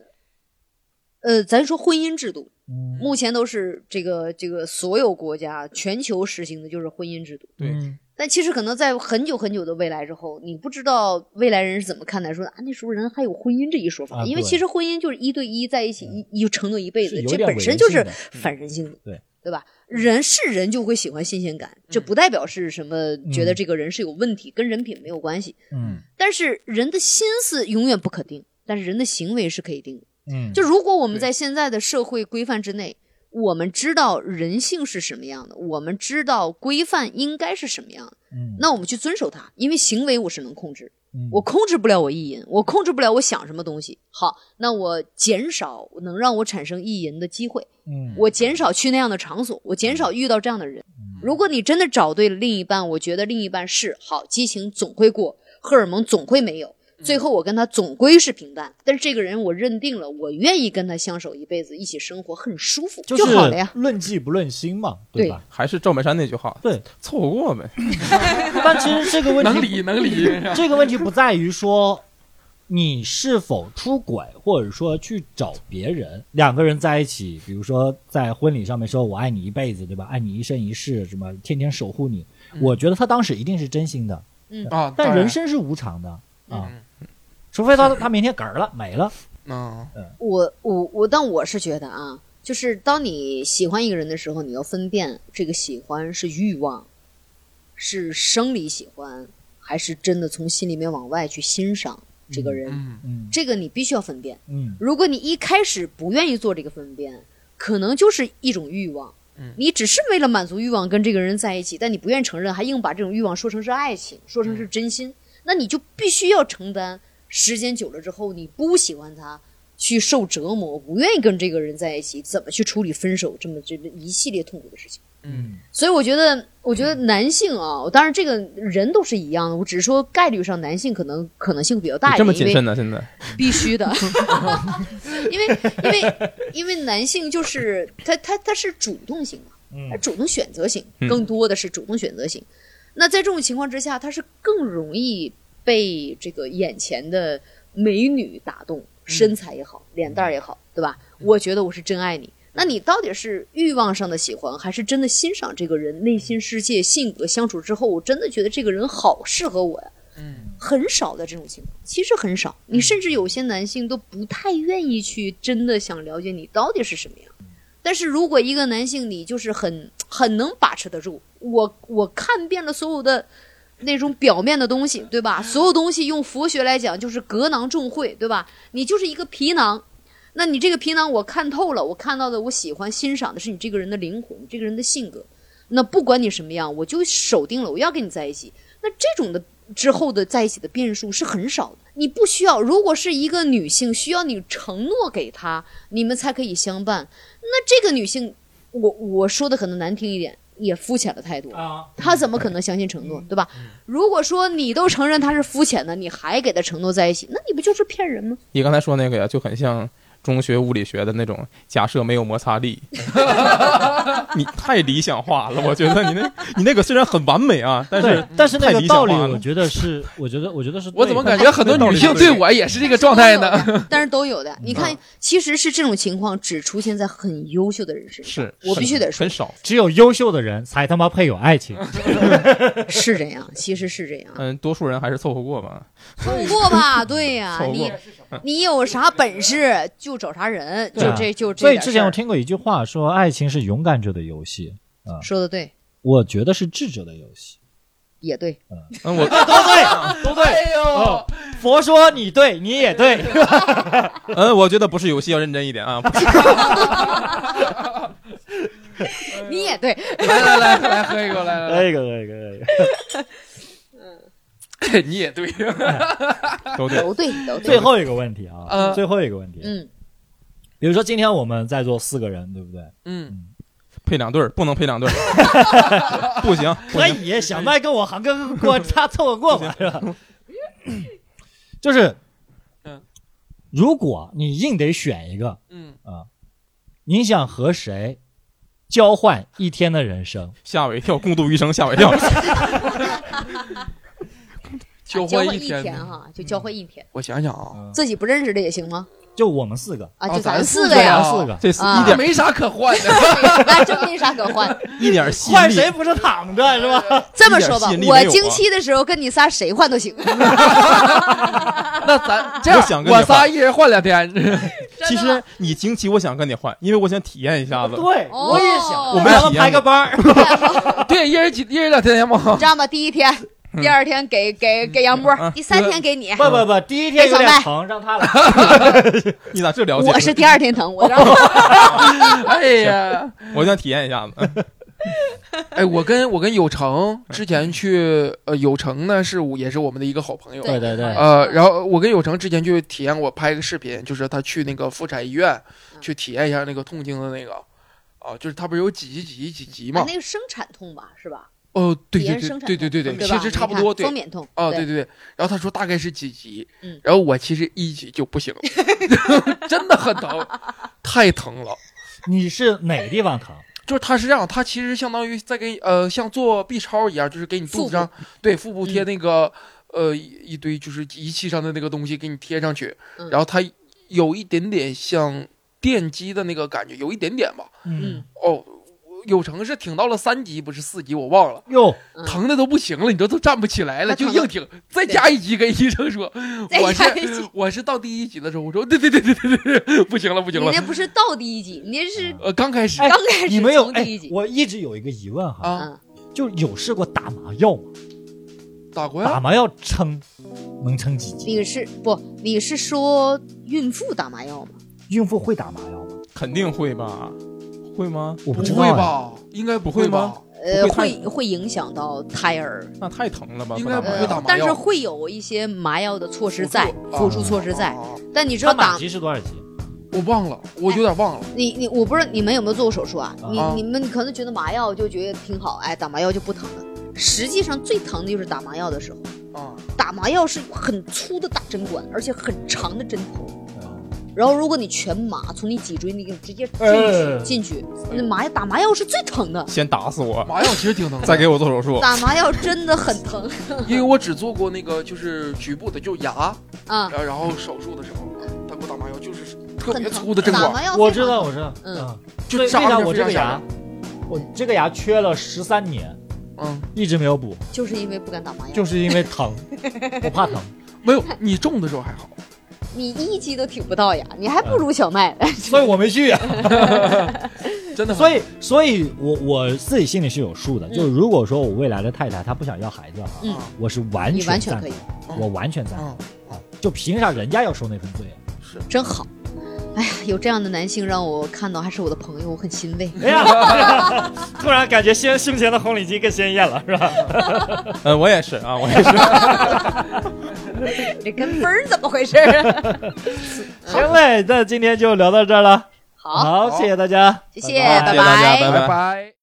C: 呃，咱说婚姻制度，
A: 嗯
C: 目前都是这个这个所有国家全球实行的就是婚姻制度。
B: 对
A: 嗯
C: 但其实可能在很久很久的未来之后，你不知道未来人是怎么看待说啊那时候人还有婚姻这一说法，
A: 啊
C: 因为
A: 对嗯
C: 其实婚姻就是一对一在一起一一承诺一辈
A: 是
C: 子，
A: 有
C: 这
A: 点
C: 本
A: 违
C: 身
A: 人
C: 就是
A: 性的嗯
C: 反人性的，
A: 对嗯
C: 对吧？人是人就会喜欢新鲜感，这不代表是什么觉得这个人是有问题，跟人品没有关系。
A: 嗯
C: 但是人的心思永远不可定，但是人的行为是可以定的。
A: 嗯，
C: 就如果我们
B: 对
C: 在现在的社会规范之内，我们知道人性是什么样的，我们知道规范应该是什么样的，
A: 嗯
C: 那我们去遵守它，因为行为我是能控制，
A: 嗯
C: 我控制不了我意淫，我控制不了我想什么东西。好，那我减少能让我产生意淫的机会，
A: 嗯
C: 我减少去那样的场所，我减少遇到这样的人。如果你真的找对了另一半，我觉得另一半是好，激情总会过，荷尔蒙总会没有，最后我跟他总归是平淡。但是这个人我认定了，我愿意跟他相守一辈子，一起生活很舒服
A: 就是
C: 好了呀。
A: 论迹不论心嘛，
C: 对
A: 吧？
B: 还是赵本山那句话，
A: 对，
B: 凑合过呗。
A: 但其实这个问
D: 能
A: 题，
D: 理
A: *laughs*
D: 能理。
A: 这个问题不在于说你是否出轨，或者说去找别人。两个人在一起，比如说在婚礼上面说“我爱你一辈子”，对吧？爱你一生一世，什么天天守护你。
D: 嗯
A: 我觉得他当时一定是真心的，
D: 啊，当
A: 但
D: 然
A: 人生是无常的啊，
D: 嗯
A: 除非他他明天嗝儿了没了。
D: 嗯，
C: 我我我，但我是觉得啊，就是当你喜欢一个人的时候，你要分辨这个喜欢是欲望，是生理喜欢，还是真的从心里面往外去欣赏这个人。
D: 嗯
A: 嗯
C: 这个你必须要分辨。
A: 嗯
C: 如果你一开始不愿意做这个分辨，可能就是一种欲望。
D: 嗯
C: 你只是为了满足欲望跟这个人在一起，但你不愿意承认，还硬把这种欲望说成是爱情，说成是真心，
A: 嗯
C: 那你就必须要承担时间久了之后你不喜欢他，去受折磨，不愿意跟这个人在一起，怎么去处理分手这么这这一系列痛苦的事情。
A: 嗯
C: 所以我觉得，我觉得男性啊，当然这个人都是一样的，我只是说概率上男性可能可能性比较大一
B: 你
C: 点，
B: 这么
C: 因
B: 谨
C: 为
B: 慎呢？现在
C: *laughs* 必须的，因为因为因为男性就是他他他是主动型嘛，他
A: 嗯
C: 主动选择型，
B: 嗯
C: 更多的是主动选择型。那在这种情况之下，他是更容易被这个眼前的美女打动，身材也好，脸蛋儿也好，对吧？我觉得我是真爱你。那你到底是欲望上的喜欢，还是真的欣赏这个人内心世界、性格相处之后，我真的觉得这个人好适合我呀？
D: 嗯
C: 很少的这种情况，其实很少。你甚至有些男性都不太愿意去真的想了解你到底是什么样。但是如果一个男性你就是很很能把持得住，我我看遍了所有的那种表面的东西，对吧？所有东西用佛学来讲就是格囊众会，对吧？你就是一个皮囊。那你这个皮囊我看透了，我看到的我喜欢欣赏的是你这个人的灵魂，这个人的性格。那不管你什么样，我就守定了，我要跟你在一起。那这种的之后的在一起的变数是很少的，你不需要。如果是一个女性需要你承诺给她，你们才可以相伴，那这个女性，我我说的可能难听一点，也肤浅了太多。
A: 啊，
C: 她怎么可能相信承诺，对吧？如果说你都承认她是肤浅的，你还给她承诺在一起，那你不就是骗人吗？
B: 你刚才说那个呀，就很像中学物理学的那种假设没有摩擦
C: *laughs*
B: 力。你太理想化了，我觉得你那你那个虽然很完美啊，但是
A: 对，但是那
B: 太
A: 个
B: 理想
A: 道理，
B: 化
A: 我
B: 了。
A: 觉得是，我觉得我觉得是对的。
D: 我怎么感觉很多女性对我也是这个状态呢？
C: 但是都有的。你看，其实是这种情况只出现在很优秀的人身上。
B: 是
C: 我必须得
B: 很
C: 说
B: 很，少。
A: 只有优秀的人才他妈配有爱
C: 嗯
A: 情？
B: *laughs*
C: 是这样，其实是这样。
B: 嗯，多数人还是凑合过吧。
C: 凑过吧，对呀、
B: 凑过
C: 啊你你有啥本事就找啥人，
A: 对
C: 就
A: 啊
C: 这就这
A: 所以
C: 点事
A: 之
C: 儿。
A: 前我听过一句话说，爱情是勇敢者的游戏，
C: 说的对，
A: 我觉得是智者的游戏。
C: 也对，
B: 嗯，
A: 都
B: 我
A: 对，都对。
D: 哎呦，
A: 佛说你对，你也对。
B: 嗯，我觉得不是游戏，要认真一点啊。不是
C: 你也对，
D: 来来来来喝一口，来来
A: 来哎一个，来一个，来一个。
B: 哎
D: 来， *laughs* 你也对，
B: 都对，
C: 都对，都
A: *laughs* 最
C: 对。
A: 后一个问题啊，
D: 嗯
A: 最后一个问题。
C: 嗯，
A: 比如说今天我们在座四个人，对不对？
D: 嗯，
B: 配两对儿，不能配两对儿， *laughs* 不行，不
A: 可
B: 行，
A: 以，小麦跟我航哥给我他凑合过 *laughs* 吧，是 *coughs* 吧？就是
D: 嗯，
A: 如果你硬得选一个，
D: 嗯，
A: 你想和谁交换一天的人生？
B: 吓我一跳，共度余生，吓我一
C: 啊
B: 跳。
D: 交
C: 啊交
D: 换
C: 换
D: 一天
C: 天哈，就交换一天，
D: 我想想啊，
C: 自己不认识的也行吗？
A: 就我们四个，
C: 啊，
D: 哦
C: 就
D: 咱
C: 四
D: 四
C: 个
D: 个
C: 呀
D: 呀，
A: 咱
C: *laughs*
A: 四个，
B: 这是
C: 啊
B: 一点
D: 没啥可换的，
C: *laughs* 那真没啥可换。
B: 一点吸引
A: 换
B: 力
A: 谁不是躺 *laughs* 着是吧？
C: 这么说吧
B: 一点吸引，力没
C: 我
B: 有啊
C: 经期的时候跟你仨谁换都
D: *laughs*
C: 行，
D: 那咱这
B: 我想
D: 样，
B: 跟你
D: 我仨
B: 换
D: 一人换
B: *laughs*
D: 两天，
B: 其实你经期，我想跟你换，因为我想体验一下子。
A: 对，
C: 哦
A: 我也想，
C: 我
B: 没
A: 们咱
B: 体
A: 们
B: 验
A: 排个班儿，
D: 对，一人几，一人两天
B: *laughs*
D: 嘛
C: 这，样吧，第一天、
D: 嗯
C: 第二天给给给杨
D: 啊
C: 波，第三天给你。
A: 不不不，第一天有点疼，让他来。
B: 你咋这了解？
C: 我是第二天疼，我让我
D: 哎呀。
B: 我想体验一下子。
D: 哎，我跟我跟有成之前去，呃，有成呢是我也是我们的一个好朋友，
A: 对对
C: 哦
A: 对
D: 呃，然后我跟有成之前去体验过，拍个视频，就是他去那个妇产医院
C: 嗯
D: 去体验一下那个痛经的那个，啊，就是他不是有几级几级几级
C: 啊
D: 嘛？
C: 那个生产痛吧，是吧？
D: 哦，对
C: 体
D: 对
C: 验生产嗯
D: 对对对对
C: 对
D: 对，
C: 吧
D: 其实差不
C: 你看
D: 多，对
C: 方，便痛
D: 啊，对对对。然后他说大概是几级
C: 嗯，
D: 然后我其实一级就不行了，真的很疼，太疼了。
A: 你是哪地方疼？
D: 就是他是这样，他其实相当于在给呃像做 B 超一样，就是给你肚
C: 腹嗯
D: 子上对腹部贴那个、呃一一堆就是仪器上的那个东西给你贴上去，
C: 嗯
D: 然后它有一点点像电击的那个感觉，有一点点吧。
C: 嗯，
D: 哦，我有成是挺到了三级，不是四级，我忘了，
A: 哟，
C: 嗯
D: 疼的都不行了，你都都站不起来了，
C: 他
D: 就
C: 疼得
D: 硬挺，再加一级，跟医生说，
C: *laughs* 再
D: 我
C: 加一
D: 是
C: 级
D: 我是到第一级的时候，我说对对对对对对对，不行了不
C: 你
D: 行了
C: 那，不是到第一集，你那是
D: 呃刚开始、
A: 哎
C: 刚开始
A: 你没有？
C: 从
A: 哎
C: 第一集，
A: 我一直有一个疑问哈，
D: 啊
C: 嗯，
A: 就有试过打麻药吗？
D: 打过
A: 打
D: 呀，
A: 麻药撑能撑几级？
C: 你是不你是说孕妇打麻药吗？
A: 孕妇会打麻药吗？
B: 肯定会吧？会吗？
A: 我
D: 不
A: 知道哎
D: 会
A: 呀。
D: 吧？应该不
B: 不会
D: 会
B: 吗
D: 吧？
C: 呃，
B: 不会
C: 会会影响到胎儿，
B: 那太疼了吧？
D: 应该不
B: 麻
D: 会
B: 药
D: 打
C: 呃
D: 麻，
C: 但是
D: 药
C: 会有一些麻药的措施在，辅
D: 辅
C: 助
A: 助
C: 措施在。
D: 啊
C: 但你知道
A: 他
C: 打
A: 满级是多少级？
D: 我忘了，我有点忘了。
C: 你你我不知道你们有没有做过手术啊？你
D: 啊
C: 你们可能觉得麻药就觉得挺好，哎，打麻药就不疼了。实际上最疼的就是打麻药的时候，
D: 啊，
C: 打麻药是很粗的大针管，而且很长的针头。然后如果你全麻，从你脊椎那个直接进去、
A: 呃
C: 进去，那麻药打麻药是最疼的，
B: 先打死我，
D: 麻药其实挺疼的，
B: 再给我做手
D: *laughs*
B: 术。
C: 打麻药真的很疼
D: 因为我只做过那个就是局部的，就牙，
C: 啊，
D: 然后然后手术的时候，他给我打麻药就是特
C: 很
D: 别
C: 疼。
D: 粗的针
C: 打
D: 管，
C: 麻药
A: 我
C: 非
A: 知
C: 常
A: 道，
C: 疼
A: 我知道。
C: 嗯
A: 嗯，
D: 就
A: 为为
D: 扎
A: 啥
D: 上去
A: 我这个
D: 非常
A: 牙
D: 疼，
A: 我这个牙缺了十三年，
D: 嗯，
A: 一直没有补，
C: 就是因为不敢打麻药。
A: 就是因为疼， *laughs* 我怕疼。
D: 没有你种的时候还好，
C: 你一级都挺不到呀，你还不如小麦。
A: 所以我没去、啊
D: 真的很。
A: *laughs* 所以，所以我我自己心里是有数的。就如果说我未来的太太她不想要孩子啊，
C: 嗯
A: 我是完
C: 你完
A: 全
C: 全
A: 赞
C: 可
A: 同
C: 以，
D: 嗯
A: 我完全赞同。啊
D: 嗯，
A: 就凭啥人家要受那份
C: *laughs*
A: 罪啊？
C: 真好。哎呀，有这样的男性让我看到，还是我的朋友，我很欣慰。
A: 哎呀，
C: *laughs*
A: 突然感觉先胸前的红领巾更鲜艳了，是吧？
B: 嗯，我也是啊，我也是。
C: 哎这跟分儿怎么回事啊？
A: 行嘞，那今天就聊到这儿了。
C: 嗯好，
A: 谢谢大家，
C: 谢谢，
B: 拜
C: 拜
B: 谢谢大家拜拜
D: 拜拜。